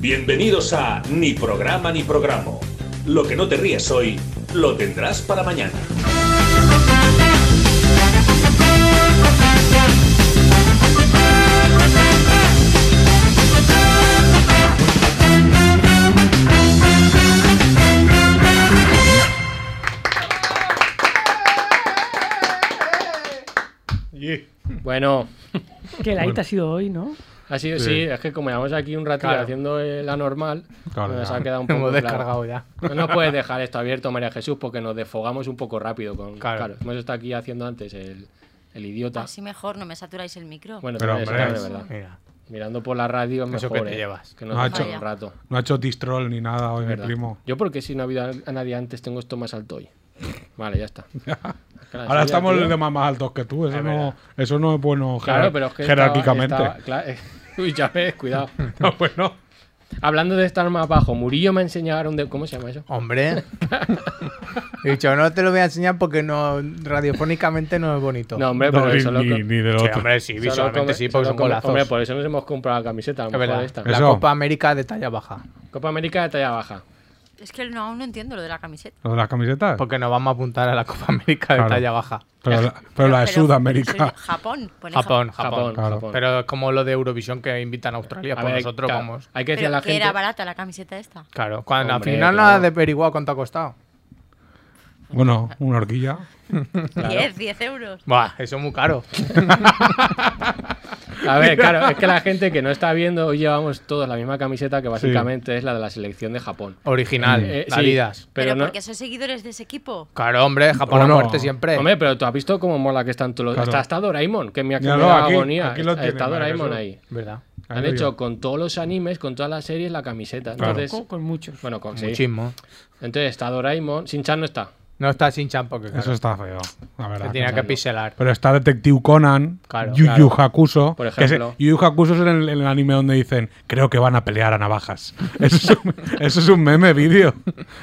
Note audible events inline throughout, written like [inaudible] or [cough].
Bienvenidos a Ni programa ni programa. Lo que no te ríes hoy, lo tendrás para mañana. Bueno, Que light ha sido hoy, ¿no? ha sido, Sí. sí. es que como llevamos aquí un ratito Claro. haciendo el anormal, Claro, nos ya. ha quedado un poco [laughs] Hemos claro. descargado ya. No nos puedes dejar esto abierto, María Jesús, porque nos desfogamos un poco rápido. Con, Claro. claro. hemos estado aquí haciendo antes el, el idiota. Así mejor, no me saturáis el micro. Bueno, Pero, también hombre, es tarde, ¿verdad? Mira, Mirando por la radio es Eso mejor, que te ¿eh? llevas. Que nos No ha deja hecho- un rato. No ha hecho distrol ni nada hoy, mi ¿verdad? primo. Yo porque si no ha habido a a nadie antes tengo esto más alto hoy. Vale, ya [laughs] está. Claro, Ahora sí, ya, estamos tío. los demás más altos que tú. Eso, no, eso no es bueno Claro, jerar- pero es que estaba- Pues jerárquicamente. estaba- cla- [laughs] Uy, ya ves, cuidado. [laughs] No, pues no. Hablando de estar más bajo, Murillo me enseñaron de... ¿Cómo se llama eso? hombre. He dicho, no te lo voy a enseñar porque no radiofónicamente no es bonito. No, hombre, No, pero ni, eso lo... ni- ni de lo Sí, otro. hombre, sí, Solo visualmente come- sí, porque solo son come- golazos. Hombre, por eso nos hemos comprado la camiseta. A lo Es mejor verdad. esta. La Eso. Copa América de talla baja. Copa América de talla baja. Es que no, aún no entiendo lo de la camiseta. ¿Lo de las camisetas? Porque nos vamos a apuntar a la Copa América de Claro. talla baja. pero la, pero la de Pero- pero Sudamérica. soy- Japón, pone Japón, Japón. Japón, Claro. Japón. Pero es como lo de Eurovisión que invitan a Australia, A pues ver, nosotros claro, vamos. Hay que Pero decir a la que gente... era barata la camiseta esta. Claro, cuando Hombre, al final no claro. has de averiguar cuánto ha costado. Bueno, [laughs] una horquilla. 10, 10 euros. Buah, eso es muy caro. [laughs] A ver, claro, es que la gente que no está viendo, hoy llevamos todos la misma camiseta que básicamente es la de la selección de Japón. Original, Eh, sí, Adidas. Pero, no- porque sois seguidores de ese [laughs] equipo. Claro, hombre, Japón Bueno. a muerte siempre. Hombre, pero tú has visto cómo mola que están todos los... Claro. Está, está Doraemon, que me ha Míralo, quedado aquí- agonía. aquí lo está tiene, María Doraemon Jesús. ahí. ¿Verdad? Ahí Han lo hecho llevo. con todos los animes, con todas las series, la camiseta. Claro. Entonces, Con, con muchos. bueno, con, sí. Muchismo. Entonces está Doraemon. Shin-Chan no está. No está sin champo que Eso está feo. La verdad. tenía que pensando. pixelar. Pero está Detective Conan, Claro, Yu Yu claro. Hakusho. Por que ese- ejemplo. Yu Yu Hakusho es el, el anime donde dicen, creo que van a pelear a navajas. [laughs] Eso es un, eso es un [laughs] meme vídeo.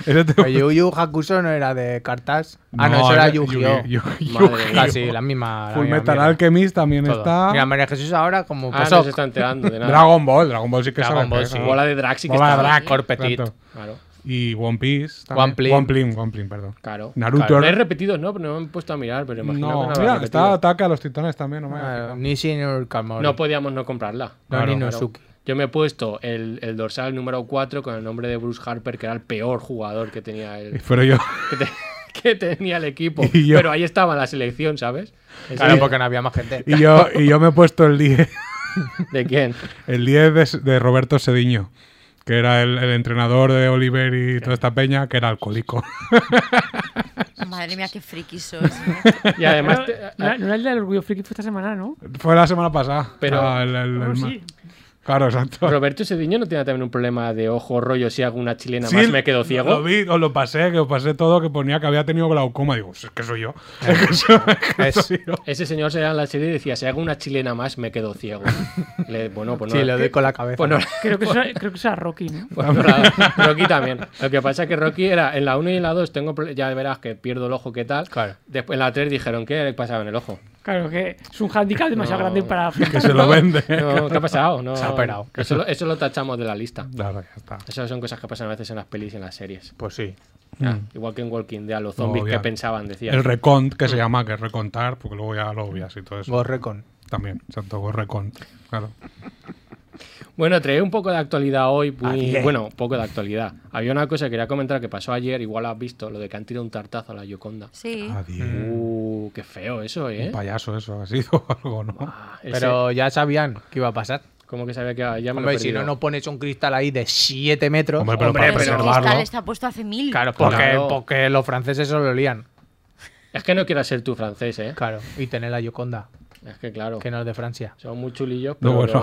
Ese te- [laughs] Pero Yu Yu Hakusho no era de cartas. Ah, no, eso era Yu-Gi-Oh. Yu- Yu- Madre mía. Casi, la misma. la Full misma Metal mierda. Alchemist también Todo. está. Mira, María Jesús ahora como Ah, Posoc. no se está enterando de nada. Dragon Ball, Dragon Ball sí que Dragon sabe Ball, que es, sí. ¿no? Bola de Drax sí que Bola de está. Drax, Corpetit. exacto. Claro, Y One Piece. One Piece. One Piece, One Piece, perdón. claro. Naruto. Claro. No he repetido, no, pero no me he puesto a mirar, pero imagino que No, no, mira, habrá está repetido. Ataque a los Titanes también, no me Claro, Nishi no Ah, Kamori. no podíamos no comprarla. No, claro, ni claro. Nozuki. Yo me he puesto el, el dorsal número 4 con el nombre de Bruce Harper, que era el peor jugador que tenía el, Pero yo, [laughs] que te- que tenía el equipo. [laughs] Y yo- Pero ahí estaba la selección, ¿sabes? Ese- Claro, porque no había más gente. y, yo, y yo me he puesto el 10, ¿De quién? el 10 de, de Roberto Sediño, que era el, el entrenador de Oliver y toda esta peña, que era alcohólico. [laughs] Madre mía, qué friki [laughs] sois. ¿eh? Y además... te- Eh, No, no era el del orgullo friki fue esta semana, ¿no? Fue la semana pasada. [laughs] Pero- Ah, el- el- Bueno, el- sí. Claro, exacto. Roberto Sediño no tenía también un problema de ojo rollo si hago una chilena Sí, más me quedo ciego. Lo vi, os lo [laughs] pasé, que os pasé todo, que ponía que había tenido glaucoma. Digo, es que soy yo. [laughs] Es- Ese señor se en la serie y decía, si hago una chilena más me quedo ciego. Le- bueno, pues no. sí, le doy con la cabeza. pues no- Creo [laughs] que, será, creo que será Rocky, ¿no? pues no la- Rocky también. Lo que pasa es que Rocky era en la 1 y en la 2 tengo pro- ya verás que pierdo el ojo qué tal. Claro. Después en la 3 dijeron, ¿qué le pasaba en el ojo? Claro, que es un handicap demasiado No. grande [laughs] para Que se lo vende. [laughs] No, ¿qué ha pasado? No, Se ha operado. Eso lo, eso lo tachamos de la lista. Claro, ya está. Esas son cosas que pasan a veces en las pelis y en las series. Pues sí. Ah, Igual que en Walking Dead, los zombies que obviamente. pensaban, decían. El recont, que se llama, que es recontar, porque luego ya lo obvias y todo eso. Gorre con. También, exacto, vos recont. Claro. Bueno, trae un poco de actualidad hoy. muy- Ayer. bueno, un poco de actualidad. Había una cosa que quería comentar que pasó ayer, igual has visto, lo de que han tirado un tartazo a la Yoconda. Sí. Adiós. Uh, qué feo eso, ¿eh? [laughs] Un payaso eso ha sido [laughs] algo, ¿no? Ah, ese- Pero ya sabían que iba a pasar. como que sabía que ya me lo he Hombre, si no, perdido. no pones un cristal ahí de 7 metros. Hombre, pero Pero para ese preservarlo. cristal está puesto hace mil. Claro, porque, Claro. porque los franceses se lo lían. Es que no quiero ser tú francés, ¿eh? Claro, y tener la Yoconda, Es que claro, que no es de Francia. son muy chulillos, pero No, bueno.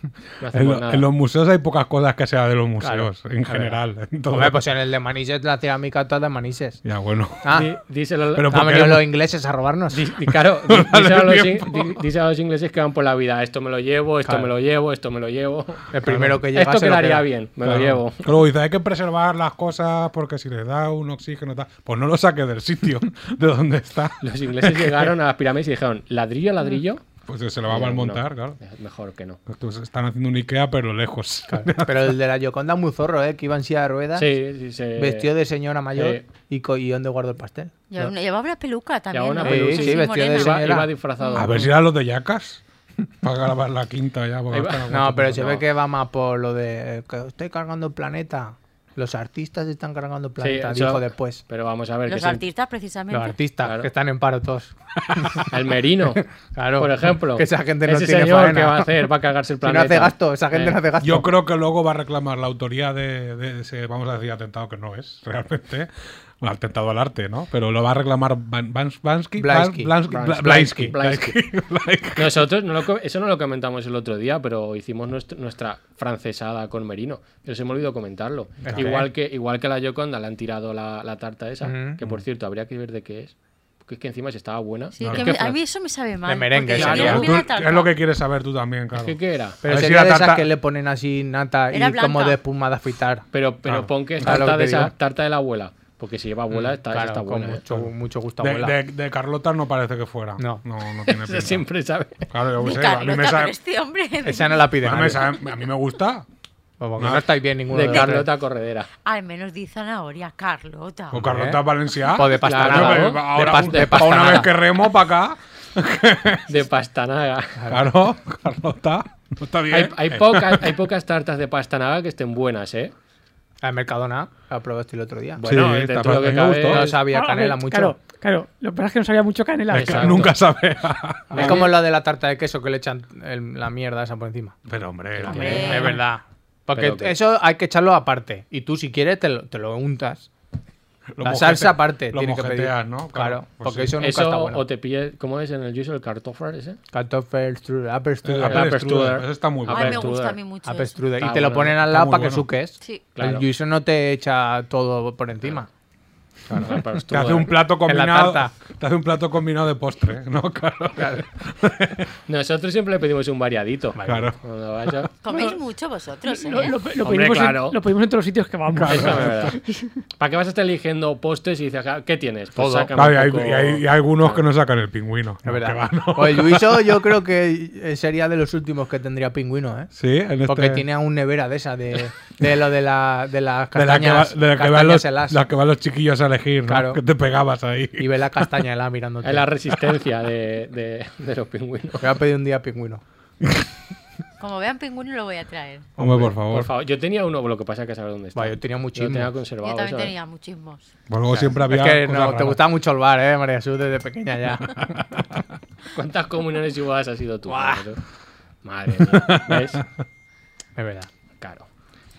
[laughs] luego no En, hacemos lo- nada. en los museos hay pocas cosas que sea de los museos, en general. en todo. Hombre, pues en el de Manises, la cerámica toda de Manises. Ya, bueno. Ah, Di- díselo- Pero han porque venido hemos- los ingleses a robarnos. Di- di- Claro, [laughs] di- díselo a los in- tiempo. di- díselo a los ingleses que van por la vida. Esto me lo llevo, esto Claro. me lo llevo, esto me lo llevo. El primero que llega Esto se lo quedaría queda. bien, me Claro. lo llevo. Que Luego dice, hay que preservar las cosas porque si les da un oxígeno y tal, pues no lo saques del sitio [laughs] de donde está. Los ingleses llegaron a las pirámides y dijeron, ladrillo, ladrillo, Pues se lo va a No, malmontar, no. claro. Mejor que no. Entonces, están haciendo un Ikea, pero lejos. [laughs] Pero el de la Yoconda muy zorro, ¿eh? Que iba en silla de ruedas, Sí, sí, se... vestido de señora mayor Sí. y, co- y ¿dónde guardo el pastel? Llevaba una, llevaba una peluca también. una ¿no? peluca, pues, Sí, sí, sí, vestido de morena. esa- iba, señora. iba disfrazado. A ver si eran los de Yacas. [laughs] Para grabar la quinta ya. porque Ahí va. están aguantando. No, pero se no. ve que va más por lo de eh, que estoy cargando planeta. Los artistas están cargando planeta, eso- dijo después. Pero vamos a ver. que Los se- artistas, Los precisamente. artistas Claro. que están en paro todos. [laughs] El merino, [laughs] Claro. por ejemplo. Que esa gente no Ese tiene señor faena. que va a hacer, va a cagarse [laughs] el Si planeta. no hace gasto, esa gente Eh, no hace gasto. Yo creo que luego va a reclamar la autoría de, de ese, vamos a decir, atentado que no es realmente. Un atentado al arte, ¿no? Pero lo va a reclamar Ban- Bans- Bansky. Blansky. Ban- Blansky- Blansky. Bla- Blansky. Blansky. Blansky. Blansky. Nosotros, no lo co- eso no lo comentamos el otro día, pero hicimos nuestro- nuestra francesada con Merino. Pero se me olvidó comentarlo. Claro. Igual, que, igual que a la Yoconda le han tirado la, la tarta esa, Ujú. que por cierto, habría que ver de qué es. Porque es que encima si estaba buena. Sí, es que que a mí- fran- a mí eso me sabe mal. merengue, porque claro. yo era Tú- muy es lo tarta. que quieres saber tú también, claro. ¿qué- ¿Qué era? Pero A ver si sería la de esas tarta- que le ponen así nata Era y como blanca. de espuma de afeitar. Pero, pero Claro. pon que es Claro, tarta, lo que de te esa, digo. tarta de la abuela. Porque si lleva Mm, abuela, está, esa Claro, está con buena. ¿eh? mucho, mucho gusto De, abuela. de- de Carlota no parece que fuera. No. no, [laughs] no tiene pinta. Siempre sabe. Claro, yo qué Ni sé, a mí me Carlota, pero sabe. este hombre. Esa no la pide a mí nadie. me sabe- a mí me gusta. Pues porque No. no, estáis bien ninguno de, De los tres. Carlota Corredera. Al menos di zanahoria, Carlota. O Carlota Valencia. O de pastanada. Claro, ¿no? ahora, de pas- un- de pa' una pastanada. vez que remo para acá. De pastanaga. Claro, Carlota. No Pues está bien. Eh. Hay, hay, [laughs] pocas, [laughs] hay pocas tartas de pastanaga que estén buenas, ¿eh? Al Mercadona, la probaste el otro día. Bueno, Sí, dentro está- de lo a que mí me cabe, gustó. no es- sabía Ah, a ver, canela mucho. Claro, claro. Lo que pasa es que no sabía mucho canela. Es que Exacto. nunca sabe. [laughs] Es como la de la tarta de queso que le echan el- la mierda esa por encima. Pero hombre, Hombre. Es verdad. Porque Pero que- eso hay que echarlo aparte. Y tú, si quieres, te lo, te lo untas. lo la mojete- salsa aparte. Lo tiene que pedir. mojeteas, ¿no? Claro, pues porque sí. eso nunca está Eso bueno. o te pille, ¿cómo es en el juicio el cartofar ese? Kartoffel, strudel, El Apfelstrudel. Apple Apple Strudel. Strudel, Eso está muy Apple Ay, bueno. me Strudel. gusta a mí mucho. eso. Apfelstrudel. Está Y te lo bueno, ponen al está lado muy para que bueno. suques. Sí. Claro. El juicio no te echa todo por encima. Claro, pero Te hace un plato En la combinado. tarta. Te hace un plato combinado de postre, ¿no? [laughs] Claro. Nosotros siempre le pedimos un variadito. Claro. Cuando [laughs] vaya- Coméis mucho vosotros, ¿eh? Lo, lo- lo Hombre, pedimos claro. en, lo pedimos en todos los [laughs] sitios que vamos. Eso es verdad. ¿Para qué vas a estar eligiendo postes y dices, "Ah, ¿qué tienes? Pues Todo. sácame Claro, y, hay, un poco- y hay- y hay algunos que no sacan el pingüino. Es verdad. Que va, ¿no? [laughs] O el juicio yo creo que eh, sería de los últimos que tendría pingüino, ¿eh? Sí, en este. Porque tiene aún nevera de esa, de, de lo de, la, de las de la que, va- castañas, de la que van castañas los, heladas. la que van los chiquillos a elegir, ¿no? Claro. Que te pegabas ahí. Y ve la castaña helada mirándote. [laughs] Es la resistencia de, de- de los pingüinos. Voy a pedir un día pingüino. Como vean pingüino lo voy a traer. Hombre, por favor. Por favor, yo tenía uno, lo que pasa es que saber dónde está. Vaya, yo tenía Yo lo muchísimo. tenía Yo conservado. también ¿sabes? tenía muchísimos. Pues luego siempre Es había. que cosas no, te raras. gustaba mucho el bar, ¿eh, María Jesús? Desde pequeña ya. ¿Cuántas comuniones y bodas has sido tú? Pedro? Madre mía, ¿ves? es verdad. Claro.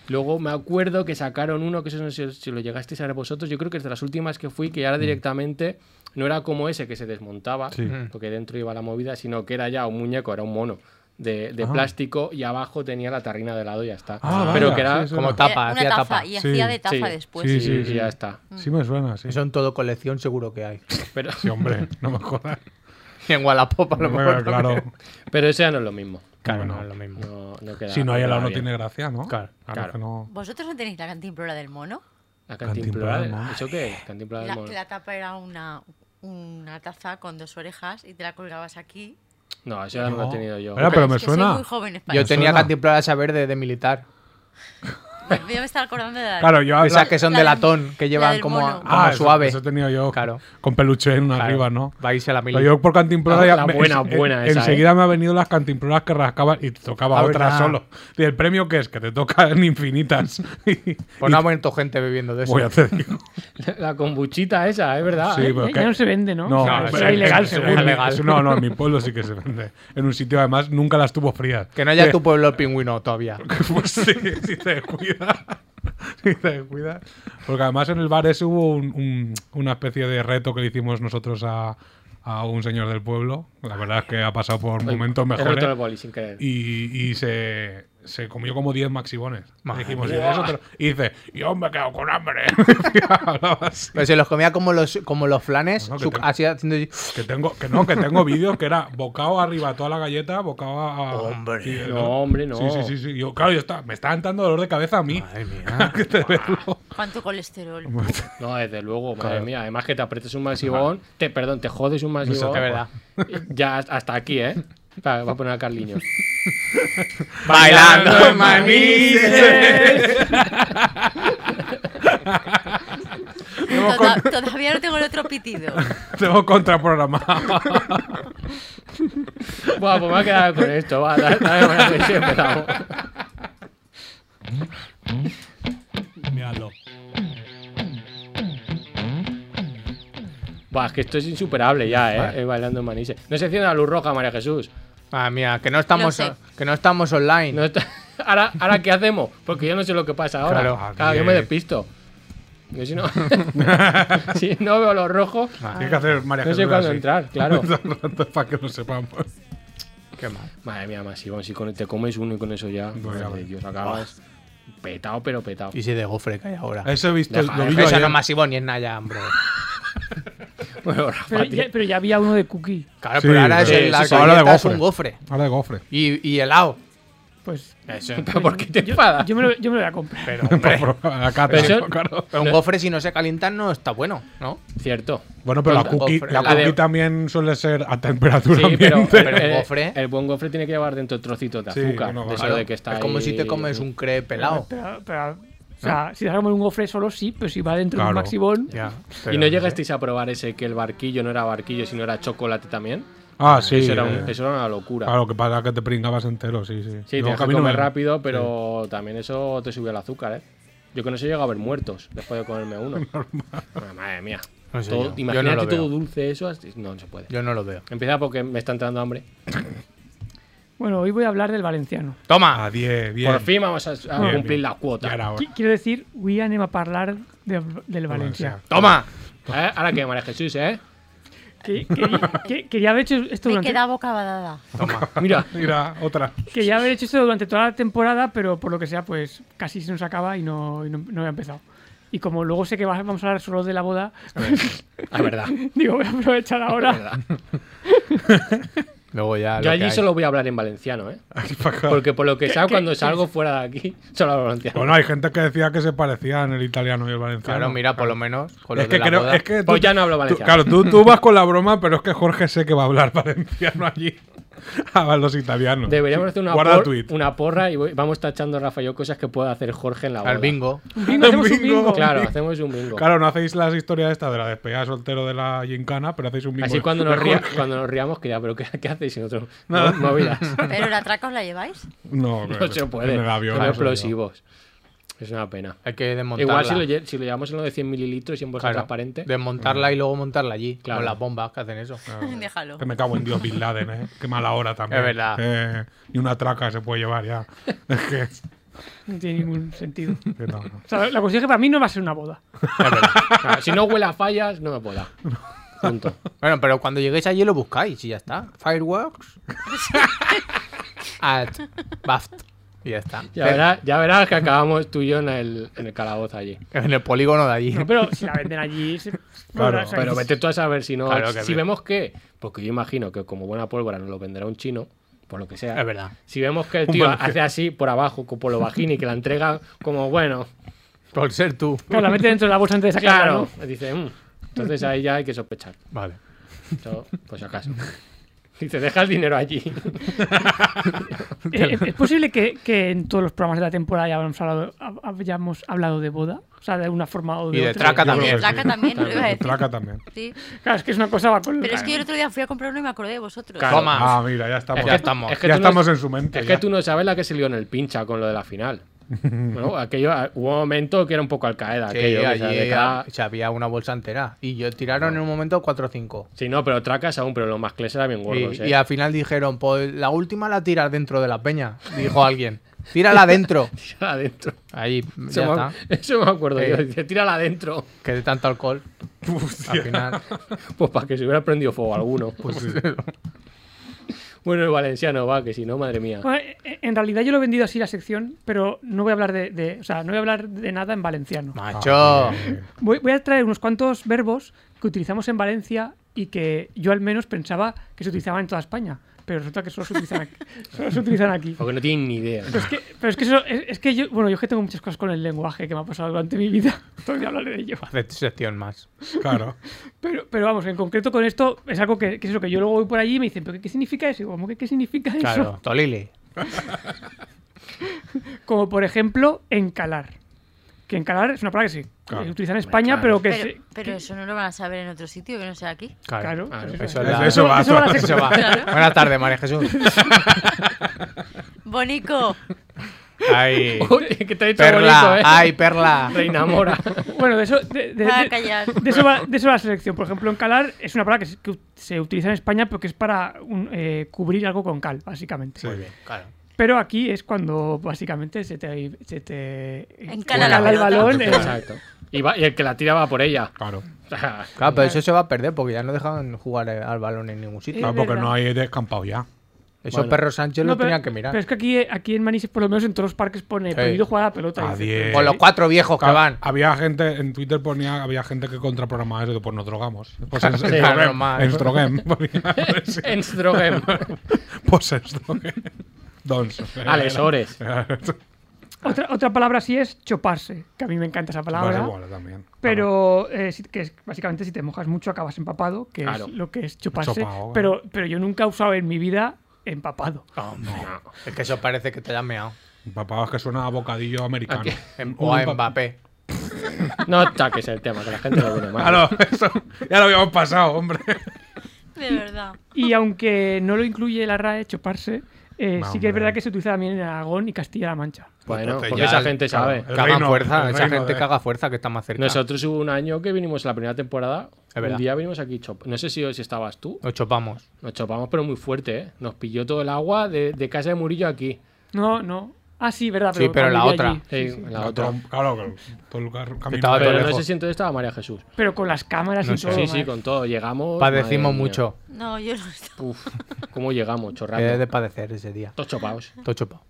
Luego me acuerdo que sacaron uno, que eso no sé si lo llegasteis a ver vosotros, yo creo que es de las últimas que fui, que ya era directamente, no era como ese que se desmontaba, Mm. Sí. porque dentro iba la movida, sino que era ya un muñeco, era un mono de, de plástico y abajo tenía la tarrina de helado y ya está. [laughs] Ah, Pero vaya, que era sí, sí. Como Era tapa, una hacía taza tapa. y Sí, hacía de taza sí. después. Sí, y, sí, y sí. Mm. ya está. Sí, me suena, sí. Eso en todo colección seguro que hay. Pero, Sí, hombre, no me jodas. [laughs] Y en Wallapop a lo Hombre, mejor. claro. pero eso ya no es lo mismo. Claro, Bueno, no, es lo mismo. No, no queda, Si no hay queda helado, no bien. tiene gracia, ¿no? Claro, claro. que no. ¿Vosotros no tenéis la cantimplora del mono? La Cantimplora cantimplora. del mono. ¿Eso qué? es? Cantimplora del La, mono. que la tapa era una, una taza con dos orejas y te la colgabas aquí. No, eso ya no lo he tenido yo. Era- Pero me Es que soy suena. muy jóvenes para Yo eso. tenía suena. cantimplora esa verde de militar. Yo me estaba acordando de la... Claro, yo Esas habla- Ah, que son la de del- latón, que la llevan del como, mono. como eso- suave. Eso, he tenía yo. Claro. Con peluche en Claro. arriba, ¿no? Va a irse a la mili. Pero yo por cantimplora La- ya Ah, la me- buena, en- buena en- esa, ¿eh? Enseguida me han venido las cantimploras que rascabas y te tocaba Ah, otra verdad. solo. ¿Y el premio qué es? Que te tocan infinitas. [laughs] Y- Pues no ha muerto gente bebiendo de eso. voy a hacer. digo. [laughs] La kombuchita esa, es verdad. Sí, ¿eh? pero Ya, que- no se vende, ¿no? Ah, No, No, es- será será es- ilegal, es- seguro. es- Ilegal. es- No, no, en mi pueblo sí que se vende. En un sitio, además, nunca las tuvo frías. Que no haya Eh, tu pueblo el pingüino todavía. [laughs] Pues sí, si te descuidas. [laughs] Si te descuidas. Porque además en el bar ese hubo un- un- una especie de reto que le hicimos nosotros a, a un señor del pueblo. La verdad es que ha pasado por momentos He roto el mejores. boli sin querer. Y, y se, se comió como 10 maxibones. Le Madre dijimos, "¿Y eso te lo-?" y dice, yo me quedo con hambre. [laughs] Hablaba así. Pero se los comía como los, como los flanes, Bueno, que su- tengo- así haciendo... Que tengo, que no, que [laughs] tengo vídeos que era bocado arriba toda la galleta, bocado a. Hombre, No, hombre, no. Sí, sí, sí, sí. Yo, claro, yo estaba, me estaban dando dolor de cabeza a mí. Madre mía. [laughs] Que te verlo. [laughs] ¿Cuánto [laughs] colesterol? No, desde luego, madre mía. Además que te aprietas un masivón, te, perdón, te jodes un masivón. es verdad. Ya has- hasta aquí, ¿eh? Va, va a poner a [laughs] Carliños. Bailando en [laughs] [laughs] Toda- todavía no tengo el otro pitido. [laughs] Tengo contraprogramado. Buah, pues me voy a quedar con esto. Va, dale, dale, buena sesión, empezamos. Míralo. Buah, es que esto es insuperable ya, ¿eh? Eh, Bailando en Manises. No se enciende la luz roja, María Jesús. Madre mía, Ah, que no estamos, Lo sé. que no estamos online. No está- [laughs] Ahora, ahora, ¿qué hacemos? Porque yo no sé lo que pasa ahora. Claro. yo me despisto. Yo si no... [laughs] si no veo lo rojo... Tienes que hacer María No sé Jesús cuándo así. entrar, [laughs] claro. Todo el rato Para que lo sepamos. Qué mal. Madre mía, Masivón, si con- te comes uno y con eso ya... No, madre ya de ves. Dios, acabas petado, pero petado. Y si de gofre que hay ahora. Eso he visto. Deja, lo vi deja, yo Eso no ayer. es masivo ni es Naya, hombre. Bueno, Rafa, Pero tío. ya, pero ya había uno de cookie. Claro, Sí, pero ahora pero- es el- la Sí, sí, ahora de galleta es gofre. un gofre. Ahora de gofre. Y, y helado. Pues [laughs] ¿Pero por qué te enfadas? yo me lo, yo me lo voy a comprar. [laughs] Pero, hombre, Para probar la cata, Pero eso- claro. pero un gofre si no se calienta no está bueno, ¿no? Cierto. Bueno, pero la cookie, gofre. la La de- cookie también suele ser a temperatura Sí, pero, ambiente. pero el eh, gofre- el buen gofre tiene que llevar dentro trocitos de Sí, azúcar. bueno, de eso claro. de que está es como ahí- si te comes un crepe helado. Pero, pero- o sea, si dejamos un gofre solo, sí, pero si va dentro de Claro. un maximón. [laughs] ¿Y no llegasteis a probar ese que el barquillo no era barquillo, sino era chocolate también? [laughs] Ah, sí. eso, era un- eh, eso era una locura. Claro, que pasa que te pringabas entero, sí, sí. Sí, Yo tienes que camino comer me- rápido, pero también eso te subió el azúcar, ¿eh? Yo con eso llego a ver muertos después de comerme [laughs] uno. Ah, madre mía. No sé Todo- yo. Yo no imagínate lo veo. todo dulce eso. así- No, no se puede. Yo no lo veo. Empieza porque me está entrando hambre. Bueno, hoy voy a hablar del valenciano. Toma. Ah, 10, bien. Por fin vamos a, a Bien, cumplir bien. la cuota. Ya era hora. Qui- Quiero decir, voy a anem a hablar del Valencia. Toma. ¿Eh? Ahora que María Jesús, ¿eh? Que, que- que- que ya haber hecho esto Me durante, queda boca badada. Ah, Mira, Mira, otra. que ya haber hecho esto durante toda la temporada, pero por lo que sea, pues casi se nos acaba y no, y no, no había empezado. Y como luego sé que va- vamos a hablar solo de la boda, Ah, Ah, es verdad. [laughs] digo, voy a aprovechar ahora. Luego ya. lo Yo que allí hay. solo voy a hablar en [laughs] valenciano, ¿eh? Aquí para acá. Porque por lo que sea, cuando salgo fuera de aquí, [laughs] solo hablo valenciano. Bueno, hay gente que decía que se parecían el italiano y el valenciano. Claro, mira, por lo menos. Con es los de que la creo, boda. es que Pues ya no hablo valenciano. Claro, tú, [laughs] tú vas con la broma, pero es que Jorge sé que va a hablar [laughs] valenciano allí. A los italianos. Deberíamos hacer una, Guarda por- tweet. una porra y voy- vamos tachando, Rafa, y yo cosas que pueda hacer Jorge en la boda. Al bingo. Un bingo, hacemos un Bingo. bingo. Claro, hacemos un bingo. Claro, no hacéis las historias estas de la despedida soltero de la gincana, pero hacéis un bingo. Así [laughs] cuando nos, de ria- Jorge. cuando nos riamos, que ya, pero ¿qué, qué hacéis en otro? No, [laughs] movidas. ¿Pero el atraco os la lleváis? [laughs] No, [laughs] No pero se puede. en el avión, Son no se explosivos. Es una pena. Hay que desmontarla. Igual si lo, lle- si lo llevamos en lo de 100 mililitros y en bolsa Claro, transparente. Desmontarla y luego montarla allí. Claro. Con las bombas que hacen eso. Déjalo. puede. Que me cago en Dios, Bin Laden, ¿eh? Qué mala hora también. Es verdad. Eh, y una traca se puede llevar ya. [laughs] Es que. No tiene ningún sentido. que no, no. [laughs] O sea, la cuestión es que para mí no va a ser una boda. Es verdad. Claro, si no huele a fallas, no me puedo. Punto. Bueno, pero cuando lleguéis allí lo buscáis y ya está. Fireworks. At Baft. Y ya está. Ya verás, ya verás que acabamos tú y yo en el, [laughs] en el calabozo allí. En el polígono de allí. No, pero si la venden allí. se- Claro, o sea, eh, Pero que- vete tú a saber si no. Claro que si sí. vemos que. Porque yo imagino que como buena pólvora nos lo venderá un chino, por lo que sea. Es verdad. Si vemos que el tío hace así por abajo, co- por lo bajín y que la entrega como bueno, Por ser tú. Claro, la mete dentro de la bolsa antes de sacarla, claro. ¿no? Dice, "Mm". entonces ahí ya hay que sospechar. Vale. Yo, pues acaso. Dice, deja el [laughs] dinero allí. pues Eh, ¿Es posible que, que en todos los programas de la temporada ya hayamos hablado, hab- hayamos hablado de boda? O sea, de una forma o de Y de otra. traca Yo creo también. que Traca también, lo iba a sí. decir. Traca también. Sí. Claro, es que es una cosa ¿eh? va con Pero es que yo el otro día fui a comprar uno y me acordé de vosotros. Claro. Toma. Ah, mira, ya estamos. Ya estamos. Es que ya tú no- estamos en su mente. Es ya. que tú no sabes la que se lió en el pincha con lo de la [laughs] final. Bueno, aquello, ah, hubo un momento que era un poco al qaeda. Sí, aquello, que se allí dejaba- se había una bolsa entera. Y yo tiraron en un momento 4 o 5. Sí, no, pero tracas aún, pero los más clés eran bien gordos. Y, eh. y [laughs] al final dijeron, pues la última la tiras dentro de la peña. Dijo alguien. Tírala dentro. [laughs] Tírala adentro. Ahí, Eso, ya me, está. [laughs] eso me acuerdo Sí. yo. Dice, tírala adentro. Que de tanto alcohol. Al final. [laughs] Pues para que se hubiera prendido fuego [laughs] alguno. Pues [laughs] Bueno, el valenciano va, que si no, madre mía. Bueno, eh, eh, en realidad yo lo he vendido así la sección, pero no voy a hablar de, de- o sea, no voy a hablar de nada en valenciano. Macho. Voy, voy a traer unos cuantos verbos que utilizamos en Valencia y que yo al menos pensaba que se utilizaban en toda España. pero resulta que solo se utilizan aquí. solo se utilizan aquí. Porque no tienen ni idea. Pero es que, pero es que, eso- es, es que yo, bueno, yo es que tengo muchas cosas con el lenguaje que me ha pasado durante mi vida. [laughs] Todavía hablaré de ello. Hace tu sección más. Claro. Pero, pero vamos, en concreto con esto es algo que, que es eso, que yo luego voy por allí y me dicen, ¿pero qué, qué significa eso? Y digo, ¿Cómo que qué significa eso? Claro, Tolile. Como por ejemplo, encalar. Que encalar es una palabra que se Claro, se utiliza en España, claro. pero que Pero, se- pero eso no lo van a saber en otro sitio que no sea aquí. Claro, Ah, eso, claro, es. Eso, Eso- da- eso va, eso va a la eso va. Buenas tardes, María Jesús. [laughs] [laughs] Bonico. [laughs] Ay, Oye, que te ha hecho perla, bonito, ¿eh? ay, perla. Reina Mora. Bueno, de eso, de, de- Ah, de- callar. de eso va, de eso va la selección. Por ejemplo, encalar es una palabra que se, que se utiliza en España porque es para un- eh, cubrir algo con cal, básicamente. Sí. Claro. Pero aquí es cuando básicamente se te, se te Encala la el pelota. balón. eh, Exacto. Y, va- y el que la tira va por ella. [laughs] Claro. Claro, pero eso se va a perder porque ya no dejaban jugar eh, al balón en ningún sitio. Es Claro, porque verdad. no hay descampado ya. Eso Vale. perro Sánchez No, lo pero- tenían que mirar. Pero es que aquí, eh, aquí en Manises, por lo menos en todos los parques, pone prohibido jugar a la pelota. A Dice, 10. Con los cuatro viejos que Claro, van. Había gente, en Twitter ponía, había gente que contraprogramaba eso, que pues nos drogamos. Pues en, en sí, Strogem, normal. en Strogem, [laughs] ponía, en Strogem. [laughs] pues en Strogem. Dons. Alex Ores. [laughs] Otra, otra palabra así es choparse, que a mí me encanta esa Pues palabra. igual también. Pero eh, si- que es- básicamente si te mojas mucho acabas empapado, que Claro. es lo que es chuparse. Chopao, pero, pero yo nunca he usado en mi vida empapado. Es que eso parece que te hayan meado. Claro. Papá, es que suena a bocadillo americano. Aquí. Em- Un O a pa- Mbappé. No toques el tema, que la gente lo viene mal. Claro, eso ya lo habíamos pasado, hombre. De verdad. Y aunque no lo incluye la RAE, chuparse, eh, sí que Hombre. es verdad que se utiliza también en Aragón y Castilla-La Mancha. Bueno, Entonces Pues porque ya esa el- gente claro, sabe. el Que hagan reino- fuerza. el Esa reino gente de- que haga fuerza que está más cerca. Nosotros hubo un año que vinimos la primera temporada. Un verdad. día vinimos aquí chop. No sé si, si estabas tú. Nos chopamos. Nos chopamos, pero muy fuerte, ¿eh? Nos pilló todo el agua de, de casa de Murillo aquí. No, no. Ah, sí, verdad. Sí, pero cuando la viví otra. allí. Sí, la Claro, otra. todo- Claro, claro. Todo el carro- camino. estaba Pero no lejos. sé si entonces estaba María Jesús. Pero con las cámaras No y sé. todo. Sí, sí, madre. con todo. Llegamos. Padecimos madre mía. mucho. No, yo no estaba. Uf, cómo llegamos, chorrando. He de padecer ese día. Todos chopados. Todo chopado.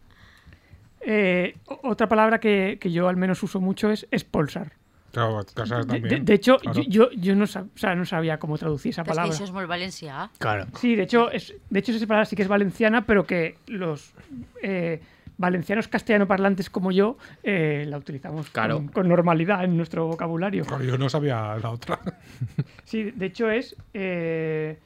Eh, o- otra palabra que, que yo al menos uso mucho es expulsar. Claro, te sabes De, también, de- de hecho, claro. yo, yo, yo no, sab- o sea, no sabía cómo traducir esa Es que palabra. eso es muy Valencia. Claro. Sí, de hecho, es, de hecho esa palabra sí que es valenciana, pero que los eh, valencianos castellano parlantes como yo eh, la utilizamos Claro. con, con normalidad en nuestro vocabulario. Claro, yo no sabía la otra. Sí, de hecho es... eh,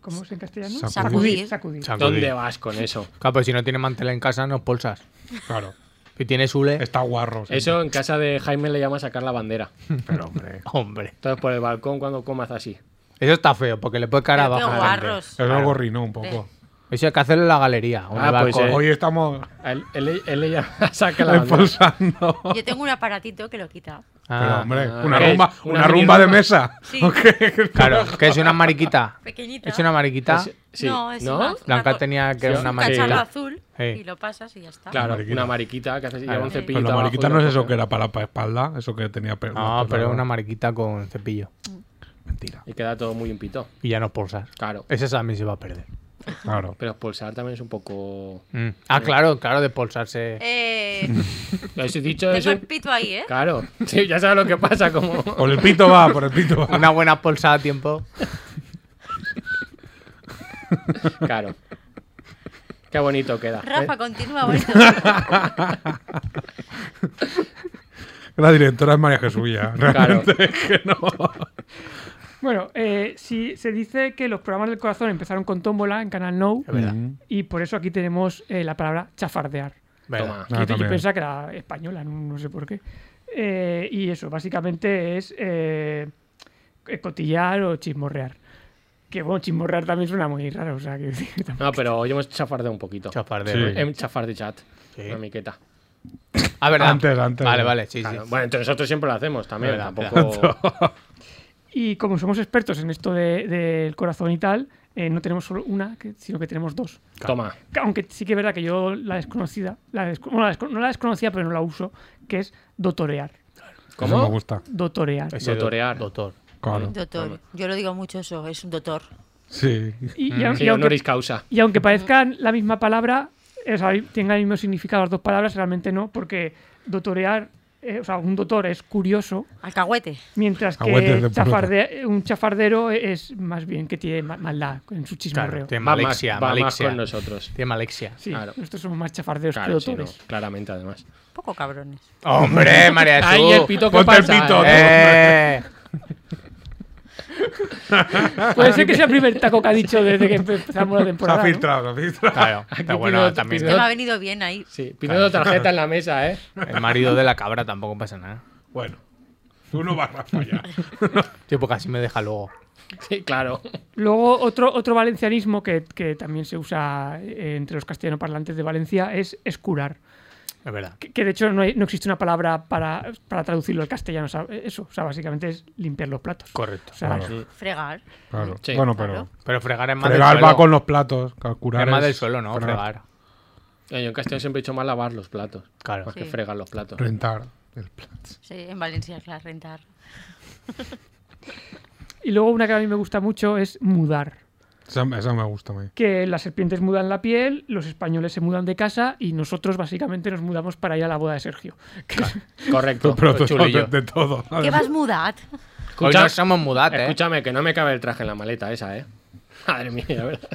¿Cómo es en castellano? Sacudir. Sacudir. Sacudir. ¿Dónde vas con eso? Claro, pues si no tiene mantela en casa, no polsas. Claro. Si tienes hule. Está Pues guarro. sí. Eso en casa de Jaime le llama sacar [laughs] la bandera. Pero, hombre. Hombre. Entonces por el balcón cuando comas así. Eso está feo porque le puede caer Pero qué abajo. a la gente. guarros. Es algo rino un poco. Eso hay que hacerlo en la galería. o en Ah, el pues, balcón. eh. Hoy estamos A Él, él- él le llama [laughs] saca la bandera. impulsando. Yo tengo un aparatito que lo quita. Ah, Pero, hombre, ah, una ¿qué es? rumba, ¿Una una mini rumba de rumba? mesa. Sí. ¿O qué? Claro, que es una mariquita. [laughs] Pequeñita. Es una mariquita. Sí, sí. No, es ¿No? una- Blanca una- tenía que Sí, era sí, una un cacharro mariquita. azul Sí. y lo pasas y ya está. Claro, mariquita. una mariquita que hace lleva Claro. un Pues cepillito. la abajo mariquita y no lo es eso coge. que era para la espalda, eso que tenía pelo. No, pero es una mariquita con cepillo. mentira. Y queda todo muy impito. Y ya no polsas. Claro. Esa también se va a perder. Claro. Pero expulsar también es un poco. Mm. Ah, claro, claro, de polsarse. [laughs] Eh, Eso he dicho tengo eso. el pito ahí, ¿eh? Claro. Sí, ya sabes lo que pasa. Como. Por el pito va, por el pito va. Una buena polsada a tiempo. Claro. Qué bonito queda. Rafa, ¿eh? [laughs] continúa. bonito. La directora es María Jesús ya. Claro. Realmente [laughs] es que no. Bueno, eh, sí, se dice que los programas del corazón empezaron con tómbola en Canal No Es verdad. Mm. y por eso aquí tenemos eh, la palabra chafardear. verdad. Toma. Ah, Que yo también. pensaba que era española, no, no sé por qué. Eh, y eso, básicamente es eh, eh, cotillar o chismorrear. Que bueno, chismorrear también suena muy raro, o sea, que No, pero hoy hemos chafardeado un poquito. Chafardeo. Sí. ¿eh? Hemos chafar de chat. Sí. Una miqueta. Ah, verdad. Antes, antes. Vale, vale, sí, Claro. sí. Bueno, entonces nosotros siempre lo hacemos también. Verdad, tampoco. Y como somos expertos en esto de- del corazón y tal, eh, no tenemos solo una, que- sino que tenemos dos. Toma. Que Aunque sí que es verdad que yo la desconocida, la desco- bueno, la desco- no la desconocía, pero no la uso, que es dotorear. Eso me ¿Cómo? gusta. Dotorear. Ese do- Doctorear. Doctor. Claro. Doctor. Yo lo digo mucho eso. Es un doctor. Sí. Y, y aun- Mm. Sí, y aunque- honoris causa. Y aunque parezcan la misma palabra, o sea, tengan el mismo significado las dos palabras, realmente no, porque dotorear eh, o sea, un doctor es curioso, Alcahuete. mientras Agüetes de que chafarde- un chafardero es más bien que tiene ma- maldad en su Claro, chismorreo. tiene [laughs] Va más, malexia, va más malexia. con nosotros. Tiene malexia. sí, claro. nosotros somos más chafarderos Claro, que sí, no, doctores. claramente además. Poco cabrones. Hombre, María Jesús. Ahí el pito que ponte el pasa. pito, ¿eh? Eh, [laughs] Puede ser que sea el primer taco que ha dicho desde que empezamos la Se ha temporada. ¿no? filtrado, se ha filtrado. [laughs] claro, Aquí pero bueno, pido- también Este pido- me ha venido bien ahí. Sí, pidiendo tarjeta en la mesa, ¿eh? el marido de la cabra tampoco pasa nada. Bueno, uno va más allá. Tío, porque así me deja luego. Sí, claro. Luego, otro, otro valencianismo que, que también se usa eh, entre los castellano parlantes de Valencia es escurar. Es verdad. Que, que de hecho no, hay- no existe una palabra para, para traducirlo al castellano. o sea, Eso, o sea, básicamente es limpiar los platos. Correcto. O sea, Fregar. Claro. Sí, bueno, claro. pero. Pero fregar es más del Fregar suelo. va con los platos. Calcular es más es- del suelo, ¿no? fregar. Fregar. Eh, Yo en castellano siempre he dicho más lavar los platos. Claro. Más que Sí. fregar los platos. Rentar el plato. Sí, en Valencia, claro, rentar. Y luego una que a mí me gusta mucho es mudar. Esa, esa me gusta a mí. Que las serpientes mudan la piel, los españoles se mudan de casa y nosotros básicamente nos mudamos para ir a la boda de Sergio. Que- [laughs] Correcto. pues Pero de, chulillo. todo- de todo. ¿Qué vas mudat? Hoy Escucha- no somos mudates, ¿eh? Escúchame, que no me cabe el traje en la maleta esa, ¿eh? [laughs] Madre mía, la verdad.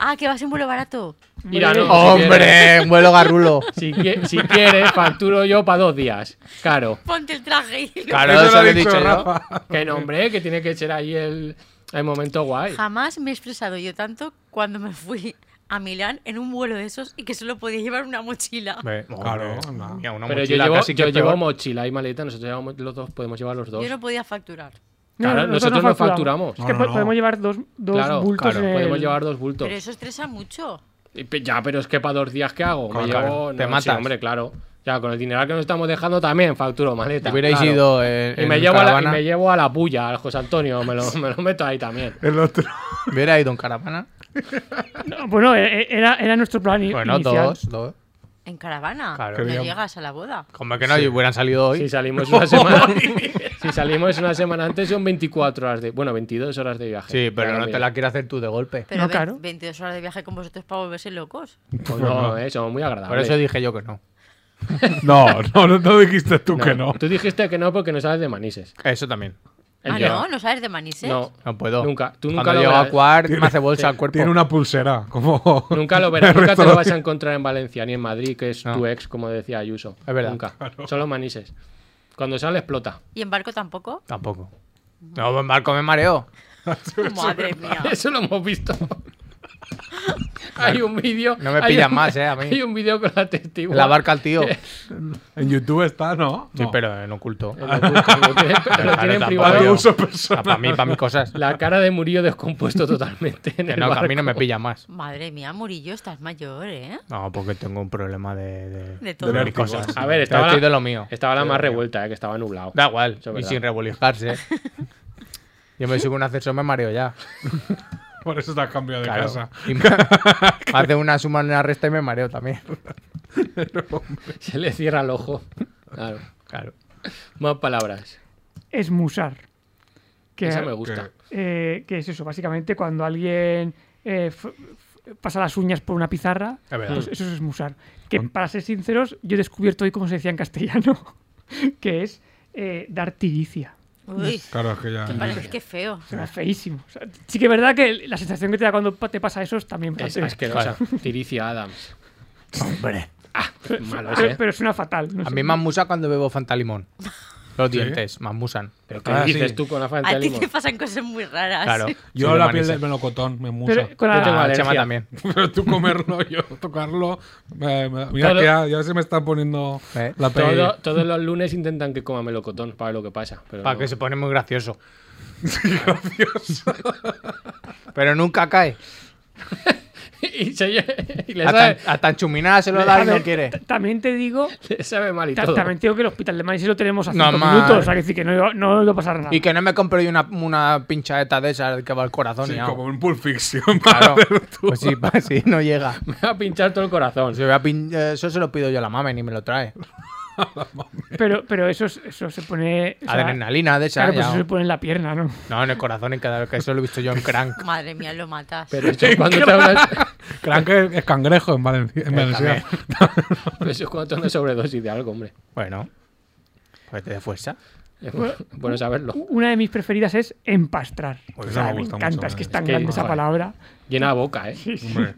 Ah, que vas en vuelo barato. Mira, no, ¡Hombre! Un vuelo garrulo. Si quieres, si, qui- si quieres, facturo yo para dos días. Claro. Ponte el traje y lo- Claro, Eso eso, lo ha lo he dicho dicho yo. Rafa. Que nombre, que tiene que ser ahí el, el momento guay. Jamás me he expresado yo tanto cuando me fui a Milán en un vuelo de esos y que solo podía llevar una mochila. Ve, Claro, hombre, no. mira, una Pero yo mochila llevo, casi que yo es llevo peor. mochila y maleta, nosotros llevamos, los dos podemos llevar los dos. Yo no podía facturar. No, Claro, nosotros no facturamos. Es que No, po- no, no. podemos llevar dos, dos claro, bultos claro, en el- podemos llevar dos bultos. Pero eso estresa mucho. Y pe- Ya, pero es que para dos días, ¿qué hago? Claro, Me claro. llevo. Te no, matas. sí, hombre, claro. Ya, con el dinero que nos estamos dejando también facturo maleta. Hubierais claro. ido en, Y en me, llevo a la, y caravana. me llevo a la puya, al José Antonio, me lo, me lo meto ahí también. El otro. Hubiera ido en caravana. No, bueno, e- e- era, era nuestro plan i- Bueno, inicial. dos, dos. En caravana. Claro. No Queríamos- llegas a la boda. Como que no hubieran salido hoy. Si salimos [laughs] una semana, si salimos una semana antes son 24 horas de, bueno, 22 horas de viaje. Sí, pero Claro, no te mira. la quieres hacer tú de golpe. Pero No, ve- claro. 22 horas de viaje con vosotros para volverse locos. Pues no, eh, son muy Por agradables. eso dije yo que no. [laughs] No, no, no, no dijiste tú que no. Tú dijiste que no porque no sabes de manises. Eso también. El ah, yo- no, no sabes de manises. No, No puedo. Nunca. Tú nunca Cuando lo llego a verás. Cuart, me hace bolsa al cuerpo. Tiene una pulsera. Como. nunca [laughs] lo verás, el nunca te resto lo de- vas a encontrar en Valencia ni en Madrid, que es No. tu ex, como decía Ayuso. Es verdad. Nunca. Solo manises. Cuando sale explota. ¿Y en barco tampoco? Tampoco. No, en barco me [laughs] mareo. Madre mía. Eso lo [laughs] hemos visto. hay un vídeo. No me hay pillan un- más, eh, a mí. Hay un vídeo con la testigo. En la barca al [laughs] tío. En YouTube está, ¿no? Sí, No. pero en [laughs] oculto. Lo tiene- lo tiene Claro, en tampoco, privado. Para tío. uso personal. Para mí, para mis cosas. La cara de Murillo descompuesto totalmente. En Que el no, que a mí barco. no me pilla más. Madre mía, Murillo, estás mayor, ¿eh? No, porque tengo un problema de. De, De todo. mis cosas. A ver, Pero estaba, estoy la, de lo mío. estaba la más revuelta, eh, que estaba nublado. Da igual. Eso es Y verdad. sin revolijarse. [laughs] Yo me subo a un ascensor, me mareo [laughs] ya. Por eso te has cambiado de Claro. casa. Y me, me hace una suma, una resta y me mareo también. [laughs] Se le cierra el ojo. Claro. Claro. Más palabras. Esmusar. Que, Esa me gusta. eh, que es eso, básicamente cuando alguien eh, f- f- pasa las uñas por una pizarra, Es verdad. pues eso es esmusar. Que para ser sinceros, yo he descubierto hoy cómo se decía en castellano, [laughs] que es eh, dar tiricia. Uy, Claro, es que ya. qué, pare- qué feo. Suena feísimo. O sea, sí que es verdad que la sensación que te da cuando pa- te pasa eso es también Ah, Es fatal. asquerosa. Tiricia Adams. Hombre. Malos, pero, eh. pero suena fatal. no A sé. mí me musa cuando bebo Fantalimón. Los dientes, me musan. ¿Pero qué Ah, dices sí. tú con la falta A de ti te limón? pasan cosas muy raras. Claro. Yo soy de la piel Manises. del melocotón me musa. Pero con la- Yo tengo Ah, alergia. Chema también. [laughs] Pero tú comerlo, yo tocarlo. me- me- mira, Todo- que ya, ya se me está poniendo ¿Eh? la piel. Todo- [laughs] todos los lunes intentan que coma melocotón para ver lo que pasa. Pero Para no. que se pone muy [laughs] gracioso. Pero nunca cae. [laughs] y, se, y le, Hasta, sabe, hasta enchuminada se lo A da y no ver, quiere. t- También te digo [laughs] le sabe mal y Ta- todo. También digo que el hospital de Manises lo tenemos a No, 5 mal. minutos, o sea, que decir que no iba, no iba a pasar nada. Y que no me compre yo una, una pinchadeta de esas que va al corazón. Sí, y hago. como un Pulp Fiction. Claro. madre tú. Pues sí, [laughs] pa- sí, no llega. Me va a pinchar todo el corazón. Se va a pin- eh, Eso se lo pido yo a la mame ni me lo trae. Pero, pero eso, es- eso se pone. o sea, Adrenalina de esa. Claro, pues ya. eso se pone en la pierna, ¿no? No, en el corazón en cada vez que eso lo he visto yo en [laughs] Crank. [laughs] Madre mía, [laughs] lo matas. Pero eso es cuando te hablas. Crank es, es cangrejo en Valencia. En Valencia. [laughs] Eso es cuando te da una sobredosis de algo, hombre. Bueno. Pues Juguete de fuerza. Es bu- bueno saberlo. Una de mis preferidas es empastrar. Pues O esa sea, me me, gusta mucho, encanta, es ¿eh? que es tan Es que, grande esa joder. palabra. Llena la boca, ¿eh? Hombre,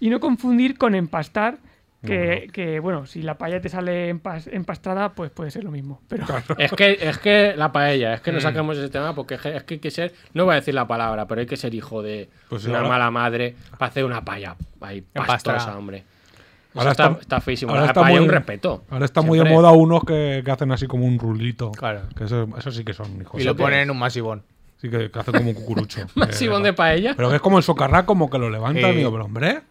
Y no confundir con empastar, que, No, que, bueno, si la paella te sale empas- empastrada, pues puede ser lo mismo. Pero Es que, es que la paella, es que Mm. no sacamos ese tema porque es que, es que hay que ser, no voy a decir la palabra, pero hay que ser hijo de Pues una ahora- mala madre para hacer una paella ahí Empastada. pastosa, hombre. Eso Ahora está, está- está feísimo. ahora la está paella muy- un respeto. ahora está muy de Siempre. moda unos que, que hacen así como un rulito. Claro. Que eso, eso sí que son hijos. y lo de- ponen en un masivón. Sí, que, que hacen como un [laughs] cucurucho. Eh, Masivón de paella. Pero que es como el socarrá, como que lo levantan Sí. y digo, pero hombre.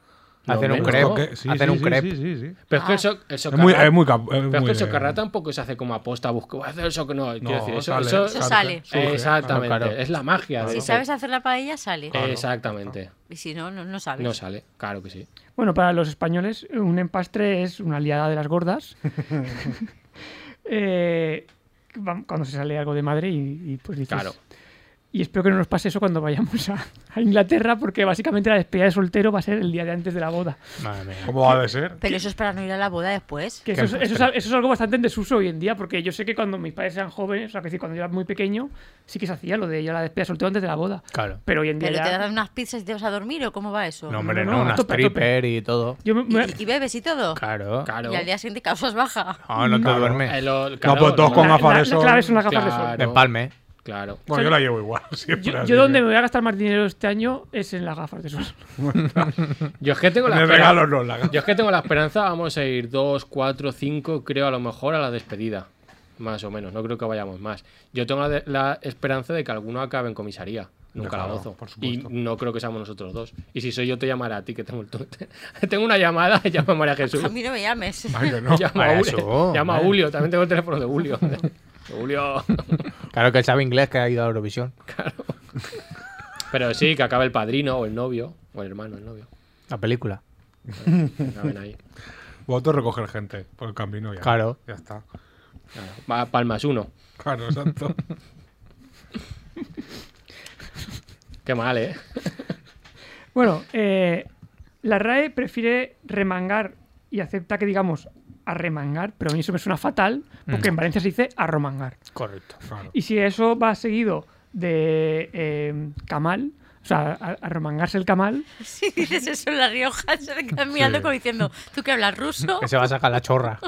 Hacen un menos. crepe. ¿esto qué? Sí, hacen sí, un sí, crepe. Sí, sí, sí. Pero Ah. es que el, so- el Es muy, socarrat- es muy, cap- es pero es que muy el de- socarrat tampoco se hace como aposta, busco, voy a hacer eso que no, quiero No, decir, eso, sale, eso- Eso sale. surge. Ah, exactamente, Claro, claro. es la magia. de- Si sabes hacer la paella, sale. Exactamente. Y si no, no, no sabes. No sale, claro que sí. bueno, para los españoles, un empastre es una liada de las gordas. [laughs] Eh, vam- cuando se sale algo de madre y, y, pues dices. Claro. Y espero que no nos pase eso cuando vayamos a, a Inglaterra, porque básicamente la despedida de soltero va a ser el día de antes de la boda. Madre mía. ¿Cómo va [laughs] de ser? Pero eso es para pues. no ir a la boda después. Que Qué eso, es, eso es empastre. a- eso es algo bastante en desuso hoy en día, porque yo sé que cuando mis padres eran jóvenes, o sea, que sí, cuando yo era muy pequeño, sí que se hacía lo de ir a la despedida de soltero antes de la boda. Claro. Pero hoy en día. Pero te ya- dan unas pizzas y te vas a dormir o cómo va eso. No, hombre, no, no, no, a una tope, a tope. stripper y todo. yo me- me- Y, y bebes y todo. Claro. Claro. Y al día siguiente causas baja. Ah, No, no te Claro. duermes. Eh, lo- No, claro, pues todos lo- con la- gafas la- de la sol. clave son las gafas de sol. Claro, De palme. Claro. Bueno, yo la llevo igual. [laughs] siempre, Yo, así yo donde que- me voy a gastar más dinero este año es en las gafas de sol. Yo es que tengo la Me espera- regalo no, la Yo es que tengo la esperanza, vamos a ir 2, 4, 5, creo a lo mejor a la despedida. Más o menos, no creo que vayamos más. Yo tengo la, de- la esperanza de que alguno acabe en comisaría, en un Claro, calabozo. por y supuesto. no creo que seamos nosotros dos. Y si soy yo, te llamaré a ti, que tengo el tu- [laughs] Tengo una llamada, [laughs] llama a María Jesús. A mí no me llames. Ay, [laughs] Ah, que [laughs] no. Llama, a María Julio, Jesús, llama a madre. Julio, también tengo el teléfono de Julio. [laughs] Julio. Claro que él sabe inglés que ha ido a Eurovisión. Pero sí, que acabe el padrino o el novio, o el hermano, el novio. La película. que acaben ahí. Voto recoger gente por el camino ya. Claro. Ya está. Claro. Va, Palmas uno. Claro, exacto. Qué mal, ¿eh? Bueno, eh, la RAE prefiere remangar y acepta que digamos arremangar, pero a mí eso me suena fatal, Mm. porque en Valencia se dice arromangar. Correcto. Claro. Y si eso va seguido de eh, camal, o sea, a- arremangarse el camal, Si [laughs] dices eso en La Rioja, se te quedan mirando Sí. como diciendo, ¿tú qué hablas [laughs] ruso? Que se va a sacar la chorra.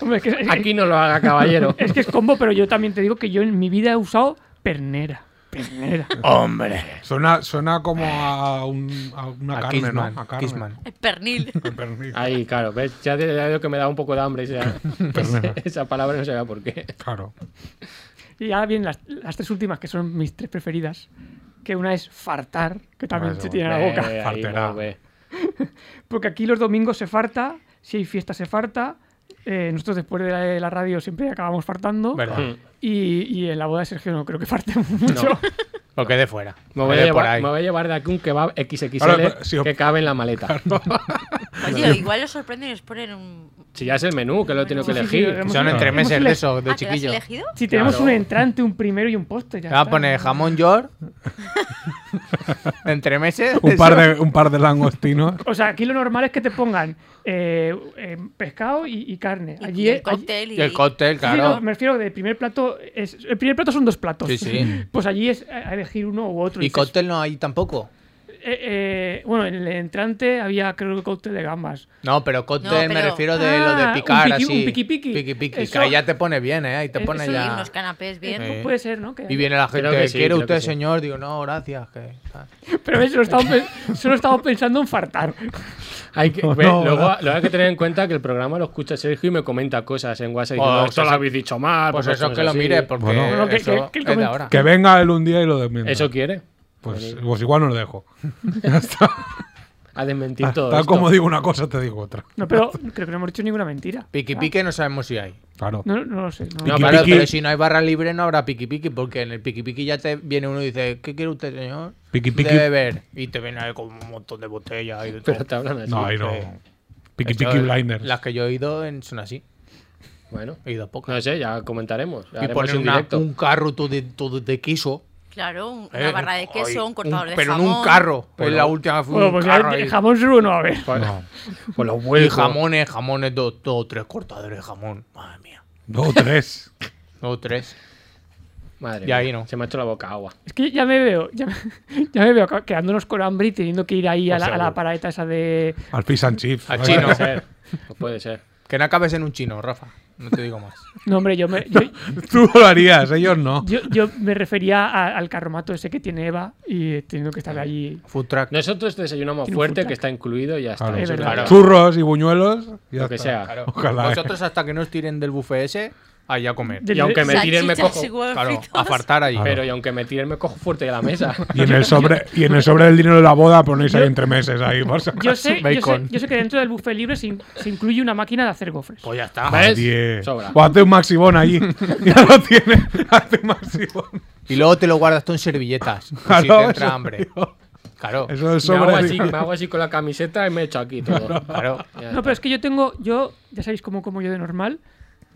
hombre, es que, es, Aquí no lo haga, caballero. [laughs] es que es combo, pero yo también te digo que yo en mi vida he usado pernera. Pernera. Hombre. Suena, suena como a, un, a una A carne, Kissman. ¿no? A carne. Kissman. El [laughs] pernil. Con pernil. Ahí, claro, ¿ves? Ya te ya digo que me da un poco de hambre [laughs] esa, Pernera. esa palabra, no sabía por qué. Claro. Y ahora vienen las, las tres últimas, que son mis tres preferidas. Que una es fartar, que también Ah, se eso, tiene en la Eh, boca. ahí, Fartera. no, ve. Porque aquí los domingos se farta, si hay fiesta se farta. eh, nosotros después de la, de la radio siempre acabamos fartando. ¿Verdad? Y, y en la boda de Sergio no creo que farte [laughs] mucho. Lo que de fuera. Me voy, a Lo de por llevar, ahí. me voy a llevar de aquí un kebab XXL Ahora, pero si os- que cabe en la [laughs] maleta. Oye, igual os sorprende y os ponen un... Si ya es el menú, que lo he tenido que Sí, sí, pues sí, elegir. hemos- Son hemos entremeses ele- de ah, esos, de ¿que lo has chiquillo. Te elegido? Si tenemos Claro. un entrante, un primero y un postre. Ya va a está. poner [laughs] jamón york. entremeses. [laughs] Un par de, un par [laughs] de langostinos. O sea, aquí lo normal es que te pongan eh, eh, pescado y, y carne. Y- Allí y el es- allí- cóctel y... Y el Sí, cóctel, sí, claro. no, me refiero del primer plato. Es, el primer plato son dos platos. Sí, sí. [laughs] Pues allí es a a elegir uno u otro. Y Dices, cóctel no hay tampoco. eh, eh, bueno, en el entrante había, creo que cóctel de gambas. No, pero cóctel No, me pero- refiero de lo Ah, un de picar piqui- así. un piqui piqui. Piqui piqui, Eso- que ahí ya te pone bien, ¿eh? Ahí te Eh, pone eso y ya. unos canapés bien. Eh. Puede ser, ¿no? Que- Y viene la Creo gente, que sí, ¿quiere creo usted, que sí. señor? Digo, no, gracias. que- Pero eso solo estamos, pe- solo estamos pensando en fartar. Hay que, [laughs] No, ve, no, luego, ¿verdad? luego hay que tener en cuenta que el programa lo escucha Sergio y me comenta cosas en WhatsApp. Pues Diciendo, "No, esto eso- lo habéis dicho mal. Pues pues eso es que lo así". mire, porque Bueno. Bueno, que- eso que- que el es de comen- ahora. Que venga él un día y lo desmienta. Eso quiere. Pues, pues igual no lo dejo. Ya está. A desmentir todo Tal esto. como digo una cosa, te digo otra. No, pero creo que no hemos dicho ninguna mentira. Ah. Piqui piqui no sabemos si hay. Claro. No, no lo sé. no. No, Claro, pero- pero si no hay barra libre no habrá piqui piqui, porque en el piqui piqui ya te viene uno y dice, ¿qué quiere usted, señor? Piqui De piqui. beber. Y te viene ahí con un montón de botellas y de todo. Pero te hablan así. No, ahí no. Sí. Piqui De hecho, piqui blinders. Las que yo he ido en- son así. Bueno, He ido a pocas. no sé, ya comentaremos. y haremos ponen un una- directo. un carro todo de, todo de queso. Claro, un- una eh, barra de queso, ay, un cortador de Pero jamón. en un carro. Es la última fue Bueno, un pues ya carro. el ahí. jamón seguro no va a haber. Pues- No. pues los Y vuelco. jamones, jamones, dos, dos, tres cortadores de jamón. Madre mía. No, tres. O tres. Madre Y ahí mía, no. Se me ha hecho la boca agua. Es que ya me veo, ya me, [laughs] ya me veo ca- quedándonos con hambre y teniendo que ir ahí a Pues la, a la seguro. paraeta esa de. Al fish and chips. Al chino. [laughs] Puede ser. pues puede ser. Que no acabes en un chino, Rafa. No te digo más. No, hombre, yo me, yo, Tú lo harías, ellos no. yo- yo me refería a- al carromato ese que tiene Eva y teniendo que estar allí. Food truck. Nosotros este desayunamos Tiene un food fuerte, truck. que está incluido y ya está. Claro. Es Eso verdad. lo que- Churros y buñuelos. ya Lo que está. sea. Claro. [laughs] Ojalá, eh. Vosotros hasta que no os tiren del buffet ese, allá a comer. Del- Y aunque me tiren, me Salchichas cojo. y huevos Claro, fritos. a fartar ahí. Claro. Pero y aunque me tiren, me cojo fuerte de [laughs] la mesa. Y en, el sobre, y en el sobre del dinero de la boda ponéis ahí entre meses. Ahí, por Yo si acaso. sé, yo, sé, Bacon. yo sé que dentro del buffet libre se, in- se incluye una máquina de hacer gofres. Pues ya está. ¿Ves? Nadie. Sobra. O hace un [laughs] maximón allí. ya lo tiene. Hace un maximón. Y luego te lo guardas tú en [laughs] servilletas. por si Claro, Pues te entra eso, hambre. Claro. Eso del Me sobre. hago, así, me hago así con la camiseta y me echo [laughs] aquí todo. Claro. Ya No, está. pero es que yo tengo, yo, ya sabéis cómo como yo de normal,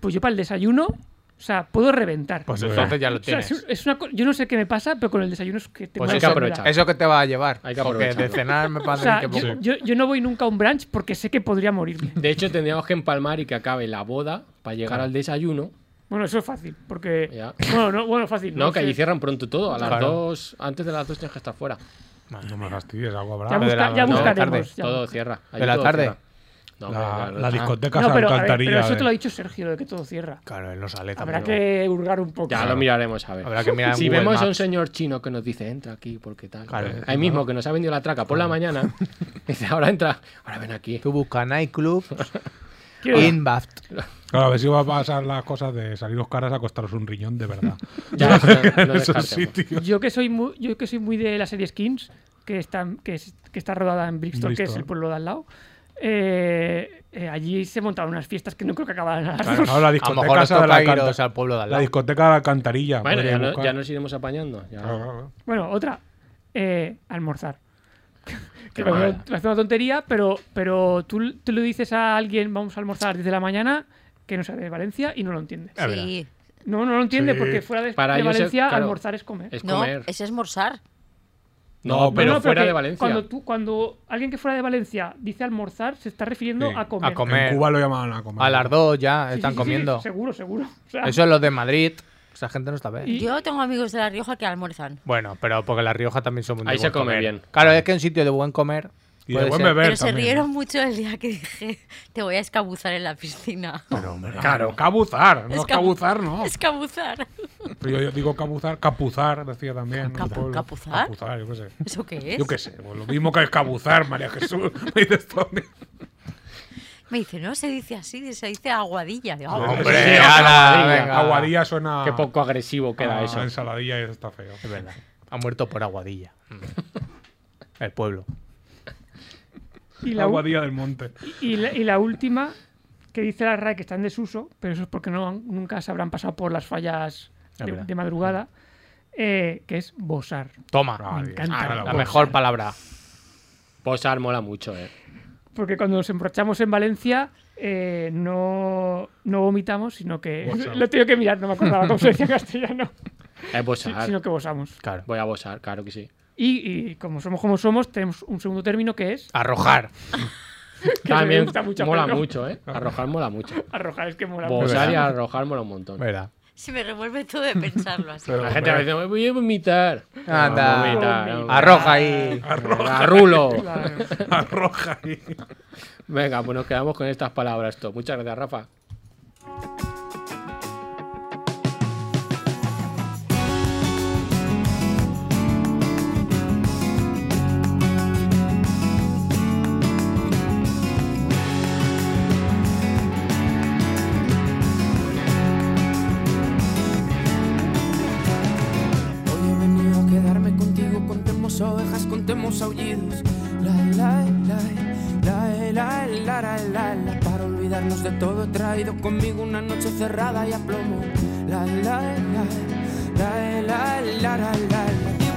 pues yo para el desayuno, o sea, puedo reventar. Pues Hombre. entonces ya lo O sea, es tienes. es una co- yo no sé qué me pasa, pero con el desayuno es que tengo Pues una hay que eso, enfermedad. aprovechar. eso que te va a llevar. Hay que porque de aprovecharlo. cenar me O parece sea, que yo, poco. yo, yo no voy nunca a un brunch porque sé que podría morirme. De hecho, tendríamos que empalmar y que acabe la boda para llegar al desayuno. Bueno, eso es fácil, porque... Ya. Bueno, no, bueno, fácil. No, no que sé. allí cierran pronto todo. A las Claro. dos, antes de las dos tienes que estar fuera. No me fastidies, algo habrá. Ya, de busca- la- ya no, de la buscaremos. ya todo busca- cierra. Allí ¿De la todo tarde? cierra. No, hombre, La, claro, la ah, discoteca No, Santa pero, a ver, pero Alcantarilla. eso te lo ha eh. dicho Sergio, de que todo cierra. Claro, él no sale Habrá tampoco. que hurgar un poco. Ya lo miraremos a ver. Habrá que mirar en si Google vemos a un Maps. señor chino que nos dice, entra aquí, porque tal. Claro, Ahí claro. mismo que nos ha vendido la traca por la [laughs] mañana, [laughs] dice, ahora entra, ahora ven aquí. Tú buscas [laughs] nightclub, Quiero- Inbaft. Ah. Claro, a ver si va a pasar las cosas de saliros caras a costaros un riñón de verdad. [laughs] Ya, no, no en esos descartemos. sitios. Yo que soy muy, yo que soy muy de la serie Skins, que está, que es- que está rodada en Bristol, que es Bristol. el pueblo de al lado. eh, eh, allí se montaban unas fiestas que no creo que acabaran a las Claro, dos. no, la A lo discoteca mejor nos esa de la, toca iros alcanta- al pueblo de al la lado. discoteca de la alcantarilla. Bueno, podría ya, no- buscar. ya nos iremos apañando. ya. Claro, Ah. claro. Bueno, otra. eh, [laughs] almorzar. Qué que parece mala. una- parece una tontería, pero, pero tú, tú le dices a alguien, vamos a almorzar a las 10 de la mañana, que no sea de Valencia y no lo entiende. Sí. No, no lo entiende Sí. porque fuera de, Para de ellos es- Valencia claro. almorzar es comer. Es No, comer. es esmorzar. No, No, pero No, no, fuera que de Valencia. Cuando, tú, cuando alguien que fuera de Valencia dice almorzar, se está refiriendo Sí, a comer. a comer. En Cuba lo llamaban a comer. A las dos ya Sí, están sí, sí, comiendo. seguro, seguro. O sea, [laughs] Eso es los de Madrid. Esa gente no está bien. Y- Yo tengo amigos de La Rioja que almuerzan. Bueno, pero porque La Rioja también son muy de Ahí se buen come comer. bien. Claro, es que un sitio de buen comer. Y de puede buen ser- beber Pero se también. rieron mucho el día que dije, te voy a escabuzar en la piscina. [laughs] Claro, cabuzar. No es Escabu- cabuzar, no. Escabuzar. Pero yo, yo digo cabuzar, capuzar, decía también. Capu- ¿capuzar? Capuzar. Capuzar, yo qué sé. ¿Eso qué es? Yo qué sé, pues lo mismo que escabuzar, [laughs] María Jesús. Me dices tú a mí. Me dice, no, se dice así, se dice aguadilla. Digo, "Ah, Hombre, Hombre, Sí, ala, aguadilla, Ah, venga. Aguadilla suena. Qué poco agresivo queda a eso. Ensaladilla y está feo. Es verdad. Ha muerto por Aguadilla. El pueblo. [laughs] y, la, u- Aguadilla del monte. y la- y la última que dice la RAE que está en desuso, pero eso es porque no, han- nunca se habrán pasado por las fallas Es de, verdad. de madrugada, eh, que es bosar. Toma. Nadie. encanta. Ah, La bueno. mejor palabra. Posar mola mucho, eh. Porque cuando nos emborrachamos en Valencia, eh, no, no vomitamos, sino que. [laughs] Bosar. Lo tengo que mirar, no me acordaba cómo se decía en castellano. Es si- posar. Sino que bosamos. Claro. Voy a posar, claro que sí. Y, y como somos como somos, tenemos un segundo término que es [laughs] Arrojar. que me También gusta mucho a mola Pedro. mucho, eh. Arrojar mola mucho. arrojar, Ah, es que mola. mucho. Posar y arrojar mola un montón. Verdad. Se me revuelve todo de pensarlo así. La gente a veces me voy a vomitar. Anda. No, vomitar, no, Arroja ahí. Arrulo. Claro. Arroja ahí. Venga, pues nos quedamos con estas palabras. Esto. Muchas gracias, Rafa. Hoy he venido a quedarme contigo, contemos ovejas, contemos aullidos. La, la, la, la, la, la, la, la, la. Para olvidarnos de todo he traído conmigo una noche cerrada y a plomo. La, la, la, la, la, la, la, la, la.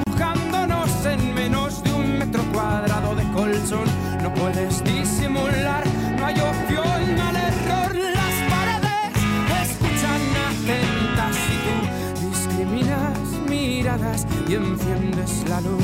Dibujándonos en menos de un metro cuadrado de colchón. No puedes disimular, no hay opción al error. Las paredes escuchan atentas y tú discriminas miradas y enciendes la luz.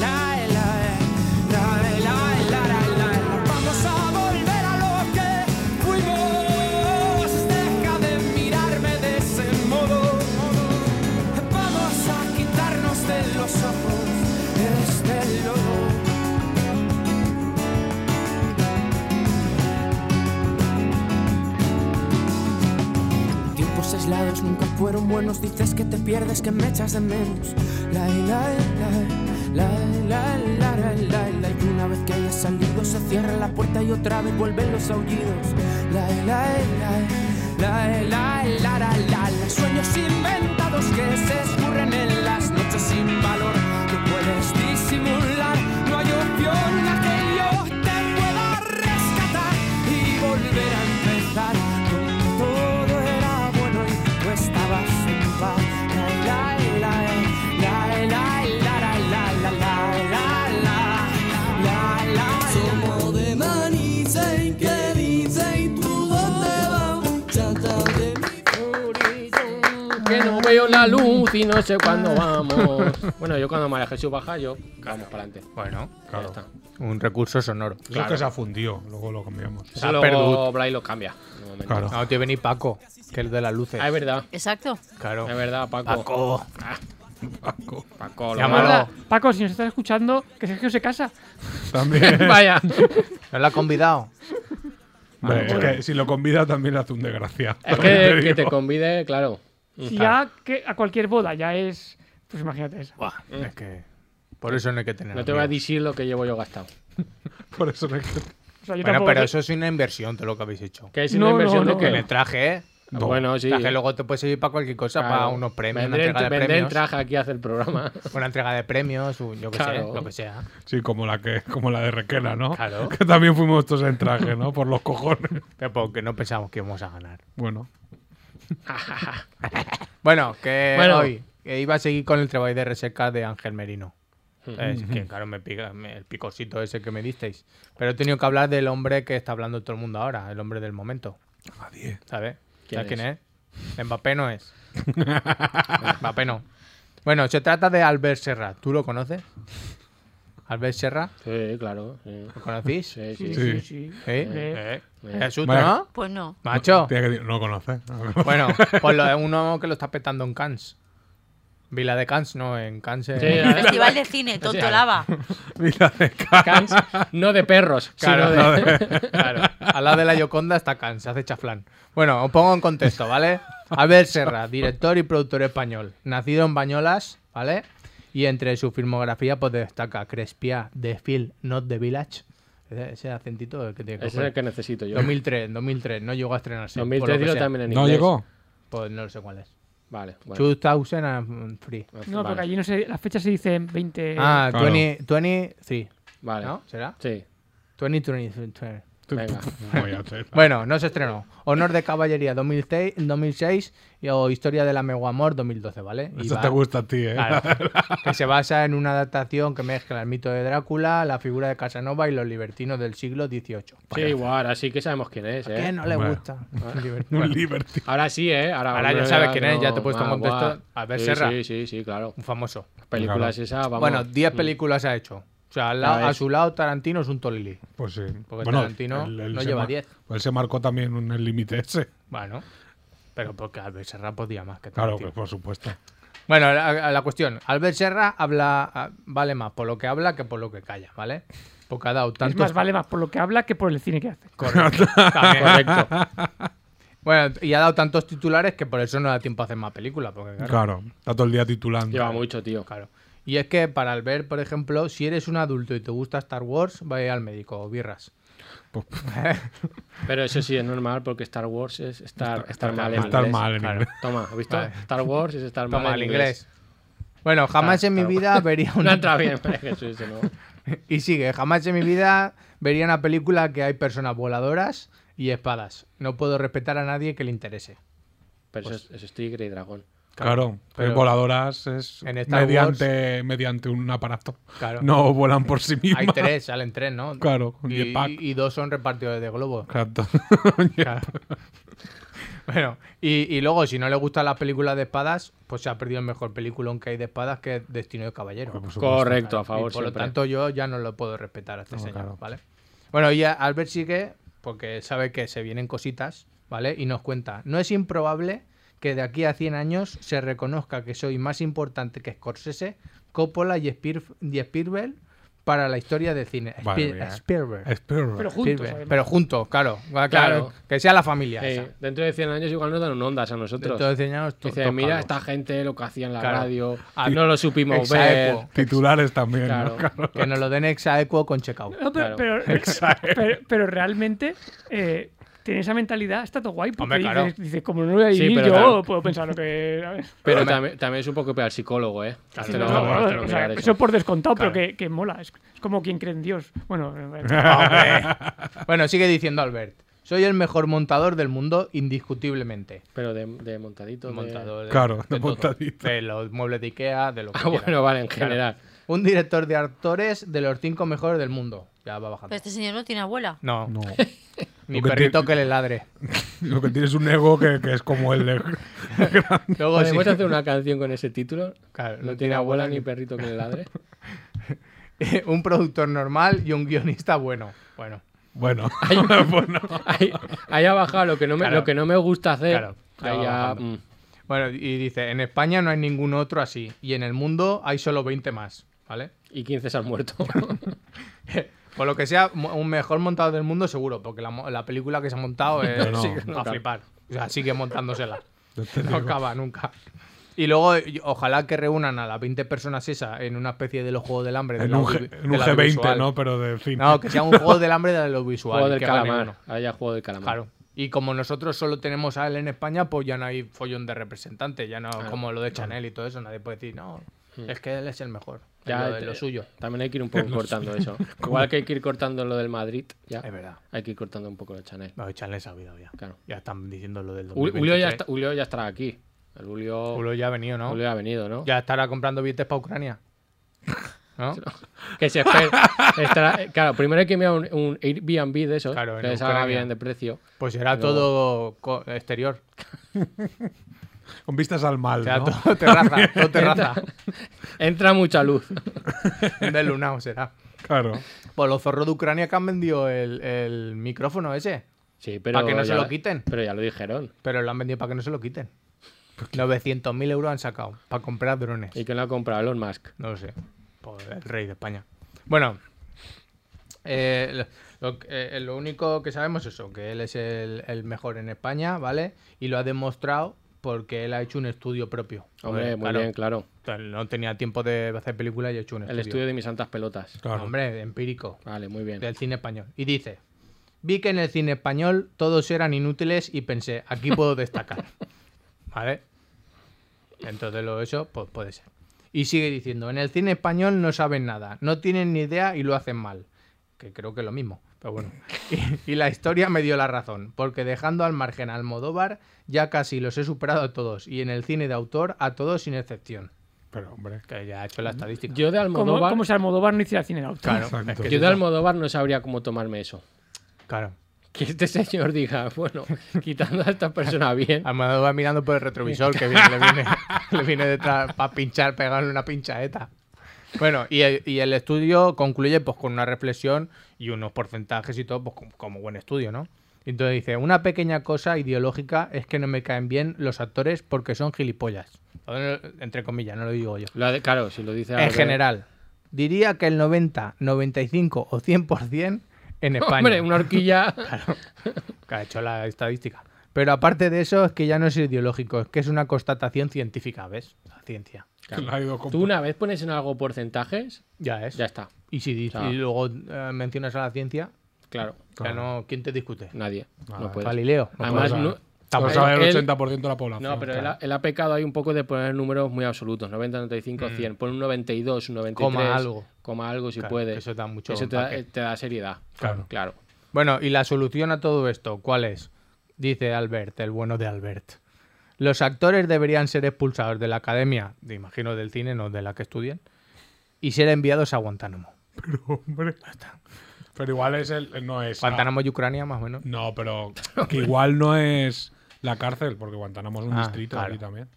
la, la, la, la, la, la, la, la. Vamos a volver al este días nunca fueron buenos. Dices que te pierdes, que me echas de menos. La, la, la, la, la, la, la, la, la. Y una vez que hayas salido, se cierra la puerta y otra vez vuelven los aullidos. La, la, la, la, la, la, la, la, la. Sueños inventados que se escurren en las noches sin valor. Que puedes disimular, no hay opción a que yo te pueda rescatar y volver a empezar. Donde todo era bueno y tú estabas en paz. La, la, la, la, la, la, la, la, la, la, la, la, la, la. Somos de Maniza y que dice y tú dónde vas, muchacha de mi Que no veo la luz y no sé cuándo vamos. Bueno, yo cuando María Jesús baja, yo vamos para adelante. Bueno, Claro. está. un recurso sonoro. Eso es que se ha fundido, luego lo cambiamos. Eso luego perdido. Bray lo cambia. en un momento. Claro. No, te venir Paco, que es de las luces. Ah, es verdad. Exacto. Claro. Es verdad, Paco. Ah. Paco. Paco, lo Llámalo. malo. Hola, Paco, si nos estás escuchando, que Sergio se casa. También. [laughs] Vaya. ¿No la ha convidado? Hombre, es que si lo convida también le hace un desgracia. Es También que, que digo. te convide, claro. Si ya que a cualquier boda ya es. Pues imagínate esa. Buah, es que. Por eso no hay que tener. No te voy a amigos. decir lo que llevo yo gastado. Por eso no hay que- O sea, yo Bueno, tampoco pero sé- eso es una inversión, todo lo que habéis hecho. ¿Qué es una No, no, inversión de no. Que en qué? el traje, ¿eh? No. Bueno, sí. Traje luego te puede servir para cualquier cosa, Claro. para unos premios, Vendré el- una entrega de vendré el premios. traje aquí a hacer el programa. Una entrega de premios, un- yo qué Claro. sé, lo que sea. Sí, como la, que, como la de Requena, ¿no? Claro. [laughs] Que también fuimos todos en traje, ¿no? Por los cojones. Pero porque no pensamos que íbamos a ganar. [laughs] Bueno, Bueno, que Bueno. hoy que iba a seguir con el trabajo de reseca de Ángel Merino. Es que claro, me pica me- el picosito ese que me disteis. Pero he tenido que hablar del hombre que está hablando todo el mundo ahora, el hombre del momento. nadie. ¿Sabes? ¿Quién ¿Sabes quién es? Mbappé no es. [laughs] Mbappé no. Bueno, se trata de Albert Serra. ¿Tú lo conoces? Albert Serra, Sí, claro. Sí, ¿lo conocís? sí. Sí, sí. Sí. sí, sí. ¿Eh? Eh. ¿Te asusta, Vale. no? Pues no. Macho. Tiene que decir, no conoces. [laughs] Bueno, pues lo, es uno que lo está petando en Cannes. Vila de Cannes, no, en Cannes. en- Sí, a ver, Festival de cine, tonto [laughs] lava. Mira, de cara. Cans, no de perros, Claro, sino de... [laughs] Claro, al lado de la Yoconda está Can, se hace chaflán. Bueno, os pongo en contexto, ¿vale? Albert Serra, director y productor español, nacido en Bañolas, ¿vale? Y entre su filmografía pues destaca Crespia, The Field, Not The Village. Ese, ese acentito que tiene que Ese es el poner. que necesito yo. 2003, 2003, no llegó a estrenarse. por lo que 2003 dilo sea. también en ¿No inglés. llegó? Pues no lo sé cuál es. Vale. bueno. 2000 and free. No, vale. porque allí no sé. Las fechas se dicen 20. Ah, Claro. 20, 23, Vale. ¿no? ¿Será? Sí. 2023. Venga. Vaya tela. Bueno, no se estrenó. Honor de Caballería 2006, 2006 y, o Historia de la Meguamor 2012, ¿vale? Y Eso va- te gusta a ti, ¿eh? [laughs] claro, que se basa en una adaptación que mezcla el mito de Drácula, la figura de Casanova y los libertinos del siglo XVIII. Sí, igual, así que sabemos quién es, ¿Qué ¿eh? no le [laughs] Bueno. gusta? [laughs] Un Bueno, Liberty. Ahora sí, ¿eh? Ahora, Ahora ya no, sabes quién es, no, ya te he puesto en va, contexto. guau. Albert sí, Serra. Sí, sí, sí, claro. un famoso. Las películas esas, vamos. Mm. Bueno, 10 películas ha hecho. O sea, al lado- Ya a ves. su lado Tarantino es un tolili. Pues sí. Porque Tarantino no se lleva mar- pues 10. Él se marcó también un- el límite ese. Bueno, pero porque Albert Serra podía más que Claro, Tarantino. pues, que por supuesto. Bueno, la, la cuestión. Albert Serra habla, ah, vale más por lo que habla que por lo que calla, ¿vale? Porque ha dado es tantos... más, vale más por lo que habla que por el cine que hace. [laughs] [laughs] Correcto. También. Correcto. Bueno, y ha dado tantos titulares que por eso no da tiempo a hacer más películas. Porque, claro, Claro, está todo el día titulando. Lleva mucho, tío. claro. Y es que para Albert, por ejemplo, si eres un adulto y te gusta Star Wars, vaya al médico o birras. [laughs] Pero eso sí es normal porque Star Wars es estar, estar mal en Estar inglés. mal en Claro. inglés. Toma, ¿has visto? Vale. Star Wars es estar Toma, mal el en inglés. Bueno, jamás en mi claro. vida vería No una... [laughs] entra bien, María Jesús, ¿no? Y sigue, jamás en mi vida vería una película que hay personas voladoras y espadas. No puedo respetar a nadie que le interese. Pero Pues eso es, eso es Tigre y Dragón. Claro, pero- pero voladoras es En Star mediante, mediante un aparato. Claro. No vuelan por sí mismas. Hay tres, salen tres, ¿no? Claro, con Y, jetpack. y dos son repartidores de globos. [laughs] Exacto. Claro. [laughs] bueno, y, y luego, si no le gustan las películas de espadas, pues se ha perdido el mejor peliculón que hay de espadas, que es Destino de Caballero. Por supuesto. Correcto, a Y por favor, lo siempre. tanto, yo ya no lo puedo respetar a este No, señor, claro. ¿vale? Bueno, y a- Albert sigue, porque sabe que se vienen cositas, ¿vale? Y nos cuenta, no es improbable que de aquí a 100 años se reconozca que soy más importante que Scorsese, Coppola y, Spielf- y Spielberg para la historia del cine. Madre Spiel- mía. Spielberg. Espero. Pero juntos, Spielberg. además. Pero juntos, claro, claro. Claro. Que sea la familia. Eh, esa. dentro de 100 años igual nos dan un ondas a nosotros. Entonces, enseñaros to- Dice, tócalo. mira, esta gente lo que hacía en la Claro. radio, Ah, no lo supimos ver. Exaequo. Titulares también, Claro. ¿no? Claro. Que nos lo den exaequo con checkout. No, pero, Claro. [laughs] pero- pero- pero realmente eh, tiene esa mentalidad, está todo guay. Porque Hombre, claro. dices, dices, como no voy a Sí, vivir pero yo, claro. puedo pensar lo que. a ver. Pero también, también es un poco peor psicólogo, ¿eh? Hazte lo- No, hazte lo o mirar sea, eso. eso por descontado, Claro. pero que, que mola. Es, es como quien cree en Dios. Bueno, [laughs] Bueno, sigue diciendo Albert. Soy el mejor montador del mundo, indiscutiblemente. Pero de, de montadito. de- Montador de, [laughs] eh. Claro, de de todo. montadito. De los muebles de Ikea, de lo que [laughs] Ah, quieras. bueno, vale, en Claro. general. Un director de actores de los cinco mejores del mundo. Ya va bajando. Pero este señor no tiene abuela. [laughs] No, No. ni Lo que perrito tiene- que le [laughs] ladre. [laughs] Lo que tienes es un ego que, que es como [laughs] el de. [laughs] Luego sí. ¿Podemos hacer una canción con ese título? Claro, no tiene abuela ni perrito que le ladre. [laughs] un productor normal y un guionista bueno. Bueno, [laughs] Bueno, bueno. ahí, ahí ha bajado lo que no me, Claro. lo que no me gusta hacer. Claro, ya ahí va ya, bajando. mm. bueno, y dice, en España no hay ningún otro así y en el mundo hay solo 20 más, ¿vale? y 15 se han muerto. [laughs] Por lo que sea, mo- un mejor montado del mundo seguro, porque la, mo- la película que se ha montado es No, no. sí, a Claro. flipar. O sea, sigue [laughs] montándosela. Yo te No digo. acaba nunca. Y luego, y- ojalá que reúnan a las 20 personas esas en una especie de los Juegos del Hambre. del en un, audio- G, en un del G20, audiovisual. ¿no? Pero de fin. No, que sea un Juego del Hambre de lo visual. juego del que gane calamar. uno. Ahora ya juego del calamar. Claro. Y como nosotros solo tenemos a él en España, pues ya no hay follón de representantes. Ya no como lo de Chanel y todo eso. Nadie puede decir, no, es que él es el mejor. Hmm. Ya Ya es te- lo suyo. También hay que [laughs] ir un poco cortando eso. Igual que hay que ir cortando lo del Madrid. Ya. Es verdad. Hay que ir cortando un poco lo de Chanel. No, Chanel se ha olvidado ya. Claro. Ya están diciendo lo del Ju- Julio ya, 2023. está- Julio ya estará aquí. El Julio, Julio ya ha venido, ¿no? Julio ya ha venido, ¿no? Ya estará comprando billetes para Ucrania. ¿No? [laughs] Que se espera. estará- claro, primero hay que mirar un, un Airbnb de esos. Claro, en que les salga Ucrania. bien de precio. Pues será No. todo co- exterior. Con vistas al mal, Será ¿no? todo [laughs] terraza, todo terraza. Entra mucha luz. Un Delunao será. Claro. Pues los zorros de Ucrania que han vendido el, el micrófono ese. Sí, pero. Para que no se ya- lo quiten. Pero ya lo dijeron. Pero lo han vendido para que no se lo quiten. 900.000 euros han sacado para comprar drones. ¿Y quién lo ha comprado? Elon Musk. [laughs] No lo sé. Por el rey de España. Bueno. eh, lo, lo- eh, lo único que sabemos es eso, que él es el, el mejor en España, ¿vale? Y lo ha demostrado porque él ha hecho un estudio propio. Hombre, muy claro, bien, claro. entonces No tenía tiempo de hacer películas y ha hecho un El estudio. estudio de mis santas pelotas. Claro. Hombre, empírico. Vale, muy bien. Del cine español. Y dice, vi que en el cine español todos eran inútiles y pensé, aquí puedo [laughs] destacar. ¿Vale? Entonces lo eso, pues puede ser. Y sigue diciendo, en el cine español no saben nada, no tienen ni idea y lo hacen mal. Que creo que es lo mismo, pero bueno. [laughs] Y, y la historia me dio la razón, porque dejando al margen al Modóvar, ya casi los he superado a todos, y en el cine de autor a todos sin excepción. Pero, hombre. Que ya ha hecho la estadística. Yo de como, Almodóvar. si Almodóvar no hiciera cine de autor. claro, Exacto. es que Yo es de eso. Almodóvar no sabría cómo tomarme eso. claro. Que este señor diga, [laughs] bueno, quitando a esta persona bien. Almodóvar va mirando por el retrovisor que viene- le, viene, [laughs] le viene detrás para pinchar, pegarle una pinchaeta. Bueno, y el, y el estudio concluye pues con una reflexión y unos porcentajes y todo, pues como, como buen estudio, ¿no? Y Entonces dice, una pequeña cosa ideológica es que no me caen bien los actores porque son gilipollas. Entre comillas, no lo digo yo. Lo ha de- claro, si lo dice En al- general, diría que el 90, 95 o 100% en España. Hombre, [laughs] una horquilla. Que ha hecho la estadística. Pero aparte de eso, es que ya no es ideológico, es que es una constatación científica, ¿ves? La ciencia. Lo ha ido Tú una vez pones en algo porcentajes, Ya es. ya está. Y si dices- Claro. y luego eh, mencionas a la ciencia, Claro, ya no, ¿quién te discute? Ah, nadie. no puedes. Galileo. no Además, puedes. no, Vamos Él- a ver él- el 80% de la población. no, pero él, ha, claro. él ha pecado ahí un poco de poner números muy absolutos: 90, 95, 100. Pon un 92, un Mm. 93. Coma algo. Coma algo si Claro, puede. eso da mucho Eso te da, empaque. te da seriedad. Claro. Claro. Bueno, y la solución a todo esto, ¿cuál es? Dice Albert, el bueno de Albert. Los actores deberían ser expulsados de la academia, de- imagino del cine, no de la que estudian, y ser enviados a Guantánamo. Hombre. Pero igual es el. No es. Guantánamo y Ucrania, más o menos. No, pero [laughs] que igual no es la cárcel, porque Guantánamo es un Ah, distrito claro. aquí también.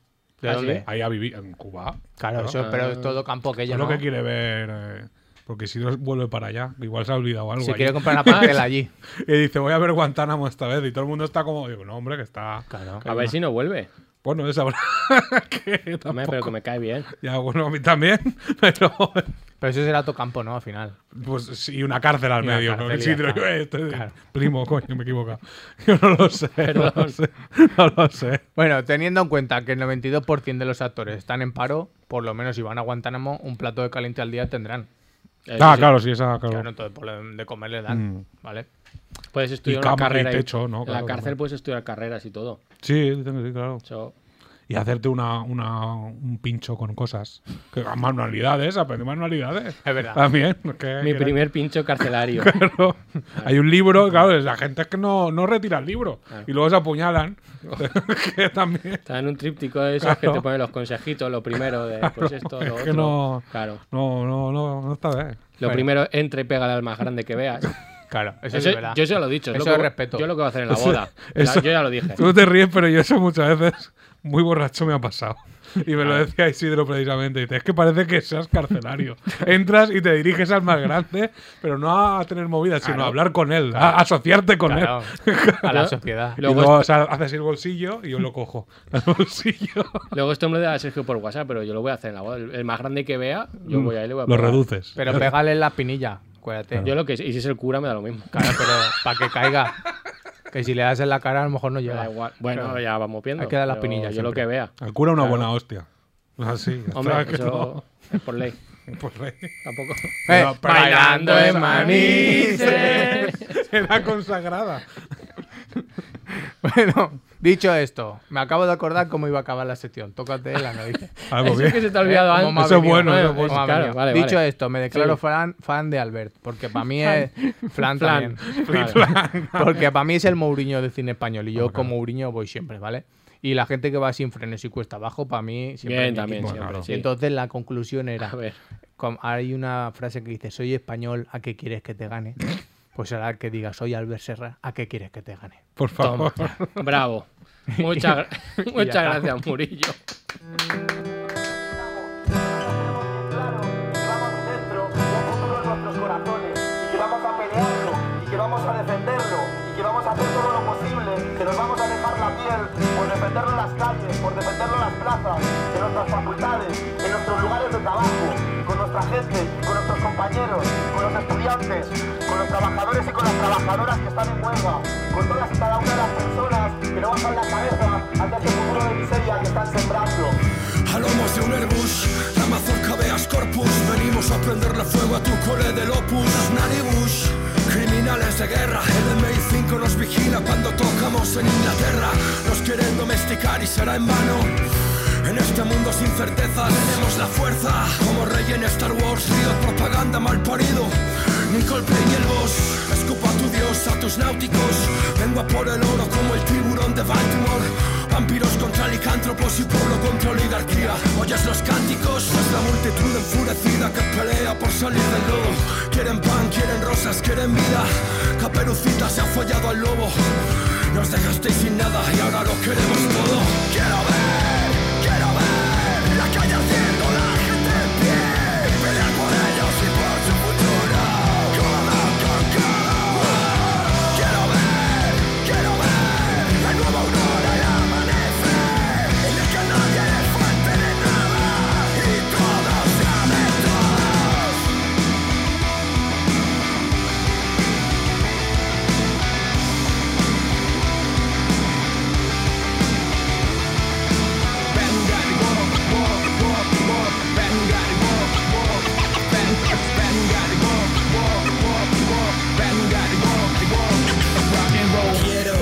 ¿De ¿Ah, sí? dónde? Ahí a vivir, en Cuba. Claro, eso, pero es todo campo que Es ya lo no. que quiere ver. eh, porque si no vuelve para allá, igual se ha olvidado algo. Se allí. quiere comprar una parcela allí. [laughs] Y dice, voy a ver Guantánamo esta vez. Y todo el mundo está como, digo, no, hombre, que Pues está. Claro. A ver si no vuelve. Bueno, esa. [laughs] que Hombre, tampoco- pero que me cae bien. Ya, bueno, a mí también. [laughs] Pero. Pero eso será tu campo, ¿no? Al final. Pues sí, una cárcel al Y una medio. cárcel ¿no? y Sí, ya te lo está. digo, eh, esto es- Claro. Primo, coño, me he equivocado. [laughs] Yo no lo sé. No lo sé. No lo sé. Bueno, teniendo en cuenta que el 92% de los actores están en paro, por lo menos si van a Guantánamo, un plato de caliente al día tendrán. Eso Ah, Eh, sí, claro, sí, esa. claro. Claro, entonces por lo de comer le dan, Mm. ¿vale? Pues, Puedes estudiar Y una cama y carrera. y- techo, ¿no? en Claro, la cárcel también. puedes estudiar carreras y todo. Sí, dicen que sí, claro. Eso- Y hacerte una, una- un pincho con cosas. Que, manualidades, aprende manualidades. Es verdad. También. que- mi que- primer pincho carcelario. [laughs] Claro. Hay un libro, claro, la gente es que no, no retira el libro. Y luego se apuñalan. [laughs] que también. Está en un tríptico de esos que Claro. te ponen los consejitos, lo primero de pues esto, lo [laughs] es otro. que no- Claro. No, no, no, no está bien. Lo Bueno. primero, entra y pégale al más grande que veas. Claro, eso, Eso- es verdad. yo se lo he dicho. Eso lo que, es respeto. Yo lo que voy a hacer en la boda. [laughs] eso- yo ya lo dije. Tú te ríes, pero yo eso muchas veces, muy borracho, me ha pasado. Y me lo decía Isidro precisamente. Dice, es que parece que seas carcelario. Entras y te diriges al más grande, pero no a tener movidas, sino Claro. a hablar con él, a a asociarte con Claro, él. [laughs] a la Yo- sociedad. Y Luego luego, o sea, haces el bolsillo y yo lo cojo. [laughs] El bolsillo. Luego esto me lo da Sergio por WhatsApp, pero yo lo voy a hacer en la boda. El el más grande que vea, yo voy a le voy a Mm. Lo pegar. reduces. Pero pégale en la espinilla, acuérdate. Yo lo que y si es el cura me da lo mismo. Claro, pero para que [laughs] caiga. Que si le das en la cara, a lo mejor no Me llega. da igual. Bueno, Claro. ya vamos viendo. Hay que dar las pero pinillas Yo lo siempre. que vea. Al cura una buena hostia. [laughs] Así. ya Hombre, está, que eso es por [laughs] ley. no, pues, rey. Tampoco. [laughs] Eh, Pero bailando en manises. [laughs] Será consagrada. Bueno, dicho esto, me acabo de acordar cómo iba a acabar la sección. Tócate la nariz. [laughs] Algo Eso bien. que se te ha olvidado Eh, como me ha antes. Eso es venido, bueno, eh, eso es bueno. como me ha Claro, venido. vale, Dicho vale. esto, me declaro Sí. fan, fan de Albert, porque para mí es flan, Plan. también. Porque para mí es el Mourinho del cine español y yo con Mourinho voy siempre, ¿vale? Y la gente que va sin frenos y cuesta abajo, para mí siempre es Bien, mi también. equipo. siempre, claro. sí. Entonces la conclusión era, A ver. com- hay una frase que dice, soy español, ¿a qué quieres que te [laughs] gane? Pues será que diga, soy Albert Serra, ¿a qué quieres que te gane? Por favor. Bravo. Muchas, [laughs] gra- muchas está. gracias, Murillo. y que vamos a pelearlo y que vamos a defenderlo y que vamos a hacer todo lo posible, que nos vamos a dejar la piel por defenderlo en las calles, por defenderlo en las plazas, en nuestras facultades, en nuestros lugares de trabajo, con nuestra gente, con nuestros compañeros, con los estudiantes, con los trabajadores y con las trabajadoras que están en huelga, con todas y cada una de las personas que no bajan la cabeza ante este futuro de miseria que están sembrando. A lomos de un Airbus, la mazorca veas corpus. Venimos a prenderle fuego a tu cole del opus. Naribus, criminales de guerra. El MI5 nos vigila cuando tocamos en Inglaterra. Nos quieren domesticar y será en vano. En este mundo sin certeza tenemos la fuerza. Como rey en Star Wars, río propaganda mal parido. Nicole Play y el boss, escupa a tu dios, a tus náuticos. Vengo a por el oro como el tiburón de Baltimore. Vampiros contra licántropos y pueblo contra oligarquía. Oyes los cánticos, es la multitud enfurecida que pelea por salir del lodo. Quieren pan, quieren rosas, quieren vida. Caperucita se ha follado al lobo. Nos dejasteis sin nada y ahora lo queremos todo. Quiero ver, quiero ver la calle haciendo la gente en pie. Pelear por ellos y por su futuro. Cola con cola. Quiero ver, quiero ver la nueva aurora al amanecer. En el que nadie es fuerte de nada y todos saben todas. Quiero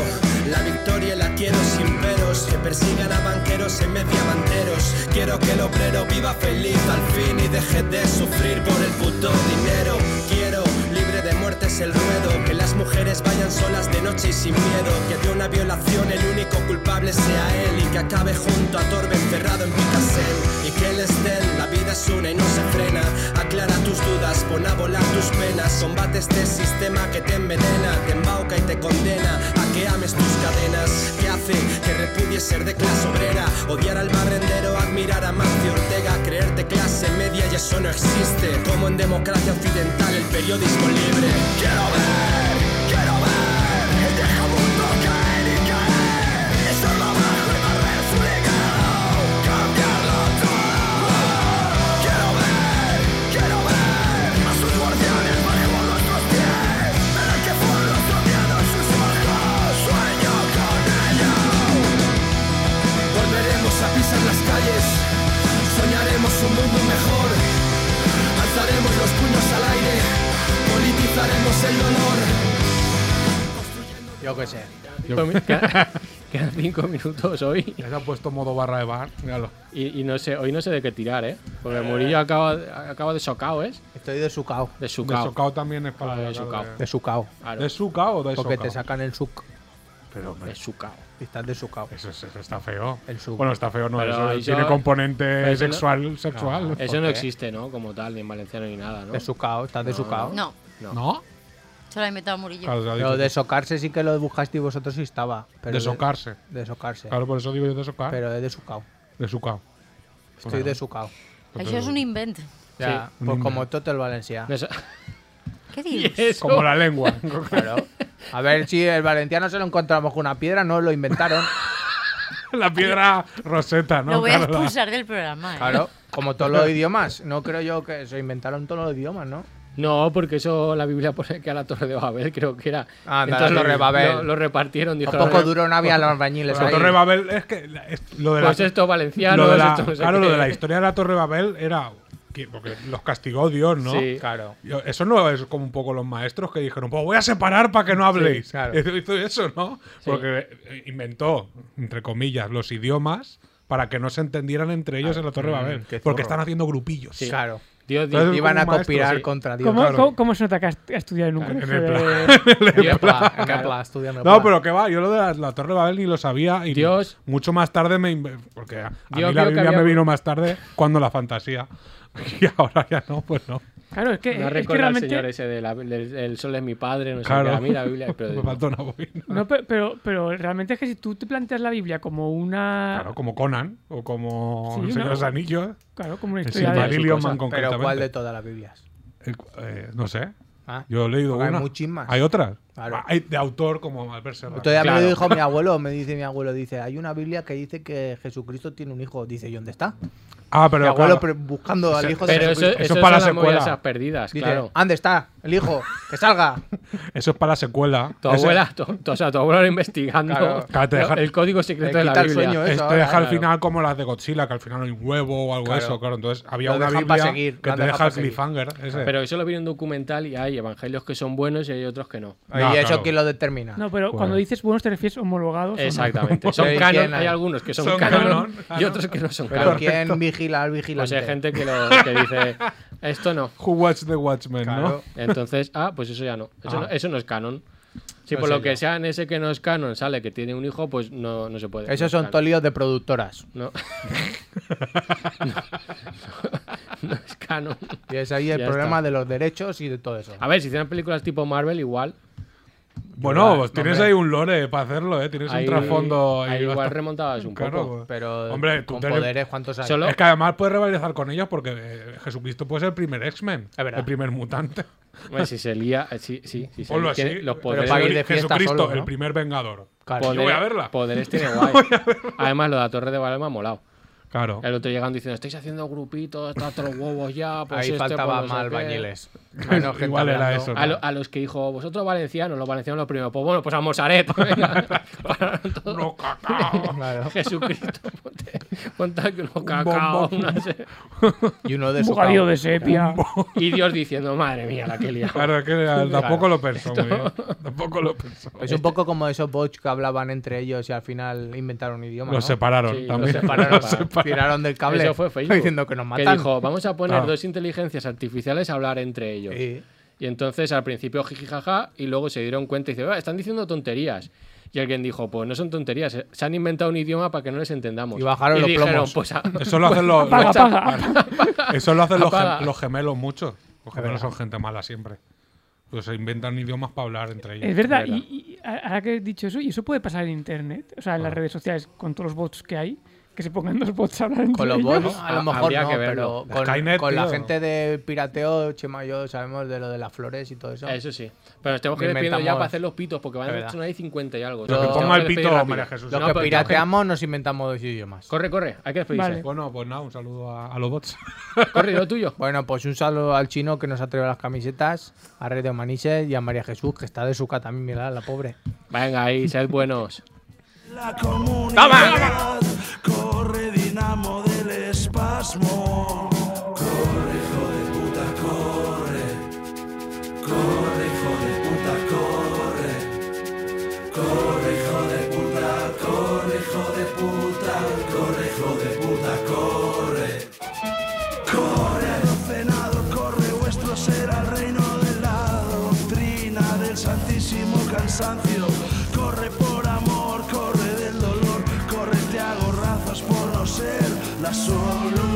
la victoria, la quiero sin peros. Que persigan a banqueros en vez de a banderos. Quiero que el obrero viva feliz al fin y deje de sufrir por el puto dinero. Quiero libre de muertes el ruedo. Que las mujeres vayan solas de noche y sin miedo. Que de una violación el único culpable sea él y que acabe junto a Torbe encerrado en Picassel. Y que él esté, la vida es una y no se frena. Aclara tus dudas, pon a volar tus penas. Combate este sistema que te envenena, te embauca y te condena a que ames tus cadenas. Que hace que repudies ser de clase obrera, odiar al barrendero, admirar a Mancio Ortega, creerte clase media y eso no existe. Como en democracia occidental, el periodismo libre. Quiero ver, quiero ver, el mundo caer y caer. Es solo abajo y barrer su legado, cambiarlo todo. Quiero ver, quiero ver. Yo qué sé. Quedan [laughs] quedan cinco minutos hoy [laughs] Ya se ha puesto modo barra de bar. Míralo. y, y no sé, hoy no sé de qué tirar, ¿eh? Porque Murillo acaba, acaba de socao, ¿eh? Estoy de sucao. De De sucao. socao también es Ah, para. de sacar socao. de- De sucao. Claro, ¿De sucao o de Porque te socao? sacan el suc. Pero, hombre, de sucao. Y estás de sucao. eso, es- eso está feo. El suc. Bueno, está feo, no. Pero Eso eso- tiene componente eso no- sexual. sexual. Eso no qué? existe, ¿no? Como tal, ni en valenciano ni nada, ¿no? De sucao. Estás de sucao. No, ¿No? se lo ha inventado Murillo. Claro, ya Pero dices- de socarse sí que lo buscaste y vosotros sí estaba. Pero de socarse. De socarse. Claro, pues, por eso digo yo de socar. Pero es de sucao. De sucao. Estoy de sucao. Eso es un invento. Ya, Sí. pues Mm. como Toto el Valencia. De [laughs] so- ¿Qué ¿Y dices? eso? Como [laughs] la lengua. Claro. A ver si el valenciano se lo encontramos con una piedra, no lo inventaron. [laughs] la piedra roseta, ¿no? Lo voy a Claro, la- expulsar del programa. ¿eh? Claro, como todos [laughs] los idiomas. No creo yo que se inventaron todos los idiomas, ¿no? No, porque eso la Biblia pone que a la Torre de Babel, creo que era. Ah, anda, la Torre de lo- Babel. Lo, lo repartieron, dijo. Tampoco duró no había los albañiles. Pero la ahí. Torre Babel es que la- es- lo de la, Pues esto valenciano, lo de la- esto no sé claro, lo qué. de la historia de la Torre Babel era que- porque los castigó Dios, ¿no? Sí. Claro. Yo- Eso no es como un poco los maestros que dijeron, pues voy a separar para que no habléis. Sí, claro. [laughs] Hizo- Hizo eso, ¿no? Porque eh, inventó, entre comillas, los idiomas para que no se entendieran entre ellos en la Torre Babel. qué zorro. Porque están haciendo grupillos. Claro. Dios, Entonces, dijo- Iban a como un conspirar maestro, sí. contra Dios. ¿Cómo, Claro. cómo- cómo se nota que has, has estudiado en un [laughs] En curso el plan. de- [laughs] En Epla, en Epla, estudian en No, Epla. pero que va, yo lo de la, la Torre Babel ni lo sabía y Dios. mucho más tarde me... inve- Porque a, a Dios mí vio la que Biblia había- me vino más tarde cuando la fantasía. [laughs] Y ahora ya no, pues no. Claro, es que, No es que recuerda al realmente. señor ese de la- del- el sol es mi padre, no sé Claro. qué. A mí la Biblia. Pero [laughs] me faltó una boina. No, pe- pero, pero realmente es que si tú te planteas la Biblia como una. Claro, como Conan o como Sí, El Señor no. de los Anillos. claro, como una El historia de. Silmarillion. Silmarillion cosa. Man, Pero Pero ¿cuál de concretamente. todas las Biblias? El cu- eh, no sé. Ah. Yo he leído Porque hay una. muchísimas. Hay otras. Claro. Ah, Hay de autor como Albert Serrano. Todavía me Claro. lo [laughs] dijo mi abuelo, me dice mi abuelo, dice, hay una Biblia que dice que Jesucristo tiene un hijo. Dice, ¿y dónde está? Ah, Mi pero abuelo claro, pre- buscando al hijo de pero eso, Jesucristo. eso, es son para la las secuela. movidas esas perdidas, Dice, claro. ¿dónde está el hijo? ¡Que salga! [laughs] eso es para la secuela. Tu Ese- abuela, tu- tu- o sea, tu abuela investigando Claro. Claro, te lo- deja- el código Le secreto de la quita el Biblia. sueño eso Este ahora, deja al claro. final como las de Godzilla, que al final hay un huevo o algo de Claro. eso, claro. Entonces había Lo una dejan pa' Biblia seguir, que lo te dejan deja pa' el seguir. cliffhanger. Ese. Ah, Pero eso lo vi en un documental y hay evangelios que son buenos y hay otros que no. Y No, eso claro. quién lo determina. No, pero Bueno. cuando dices buenos te refieres homologados. o no. [laughs] Exactamente. Son Pero ¿y canon, quién hay? hay algunos que son, Son canon, canon, y canon. otros que no son pero canon. ¿quién vigila al vigilante? Pues hay gente que, lo, que dice, [laughs] esto no. Who watched the Watchmen, Claro. Entonces, ah, pues eso ya no. Eso, Ah. no, eso no es canon. Si Pues No por sé lo que yo. sea en ese que no es canon sale que tiene un hijo, pues no, no se puede. Esos No es son canon. tolíos de productoras. [laughs] No. no. no es canon. [laughs] Y es ahí el Ya problema está. de los derechos y de todo eso. A ver, si hicieran películas tipo Marvel, igual. ¿no? Bueno, Yo, pues tienes hombre. ahí un lore para hacerlo, ¿eh? Tienes ahí- un trasfondo ahí ahí igual bastante- remontadas un Claro, poco. pues. Pero Hombre, tú con te- poderes, ¿cuántos hay? Solo- Es que además puedes rivalizar con ellos porque eh, Jesucristo puede ser el primer X-Men, Es verdad. el primer mutante. Hombre, si se lía, eh, sí, sí, sí, se Ponlo lía. así. Tiene- los Pero poderes para ir de fiesta Jesucristo, solo, ¿no? el primer vengador. Claro. Yo Poder- voy a verla. [laughs] Poderes tiene guay. Además, lo de la torre de Babel me ha molado. Claro. El otro llegando diciendo, estáis haciendo grupitos, todos los huevos ya, pues Ahí este, pues faltaba no sé más qué". [laughs] albañiles. Menos gente Igual era hablando. eso. A, lo- a los que dijo, vosotros valencianos, los valencianos los primeros, pues bueno, pues a Mosaret. [laughs] venga. Pararon todo. No, cacao. Claro. [laughs] Jesucristo, ponte, ponte aquí unos cacao, [laughs] bombón. no sé. Y uno de Un esos. bocadillo de sepia. Y Dios diciendo, madre mía, la que he liado". Claro, es que eh, tampoco lo pensó muy bien. Tampoco lo pensó. Es un poco como esos bots que hablaban entre ellos y al final inventaron un idioma. Los ¿no? separaron Sí, los también. [laughs] separaron, Los claro. separaron. Tiraron del cable. Eso fue Facebook. Diciendo que nos matan. dijo, vamos a poner Claro. dos inteligencias artificiales a hablar entre ellos. Sí. Y entonces al principio jiji jaja y luego se dieron cuenta y dice, "Ah, están diciendo tonterías. Y alguien dijo, pues no son tonterías, eh, se han inventado un idioma para que no les entendamos. Y bajaron los dijeron, plomos. "Pues a- [laughs] Eso lo hacen los, [laughs] Paga, los- paga. [laughs] eso lo hacen los, gem- Apaga. los gemelos mucho. Los gemelos son gente mala siempre. Pues se inventan idiomas para hablar entre ellos. Es verdad, y, y a- ahora que he dicho eso, y eso puede pasar en internet, o sea, Ah. en las redes sociales, con todos los bots que hay, que se pongan dos bots a hablar entre Con [laughs] los ellos. bots, a Ah, lo mejor habría no, que pero verlo. con, Skynet, con la tío. gente de pirateo, Chema y yo sabemos de lo de las flores y todo eso. Eso sí. Pero nos tenemos que ir Inventamos- despidiendo ya para hacer los pitos, porque van Es a verdad. ser una y 50 y algo. Pero Nos Pues que tenemos ponga el despedir pito, rápido. María Jesús. Los No, que pero- pirateamos nos inventamos dos idiomas. Corre, corre, hay que despedirse. Vale. Bueno, pues nada, un saludo a, a los bots. [laughs] Corre, lo tuyo. Bueno, pues un saludo al chino que nos ha traído las camisetas, a Red de Manises y a María Jesús, que está de suca también, mirad, la pobre. Venga ahí, sed buenos. La comunidad corre dinamo del espasmo. Corre hijo de puta, corre. Corre hijo de puta, corre. cansancio. Corre por amor, corre del dolor, corre te hago razas por no ser la solo.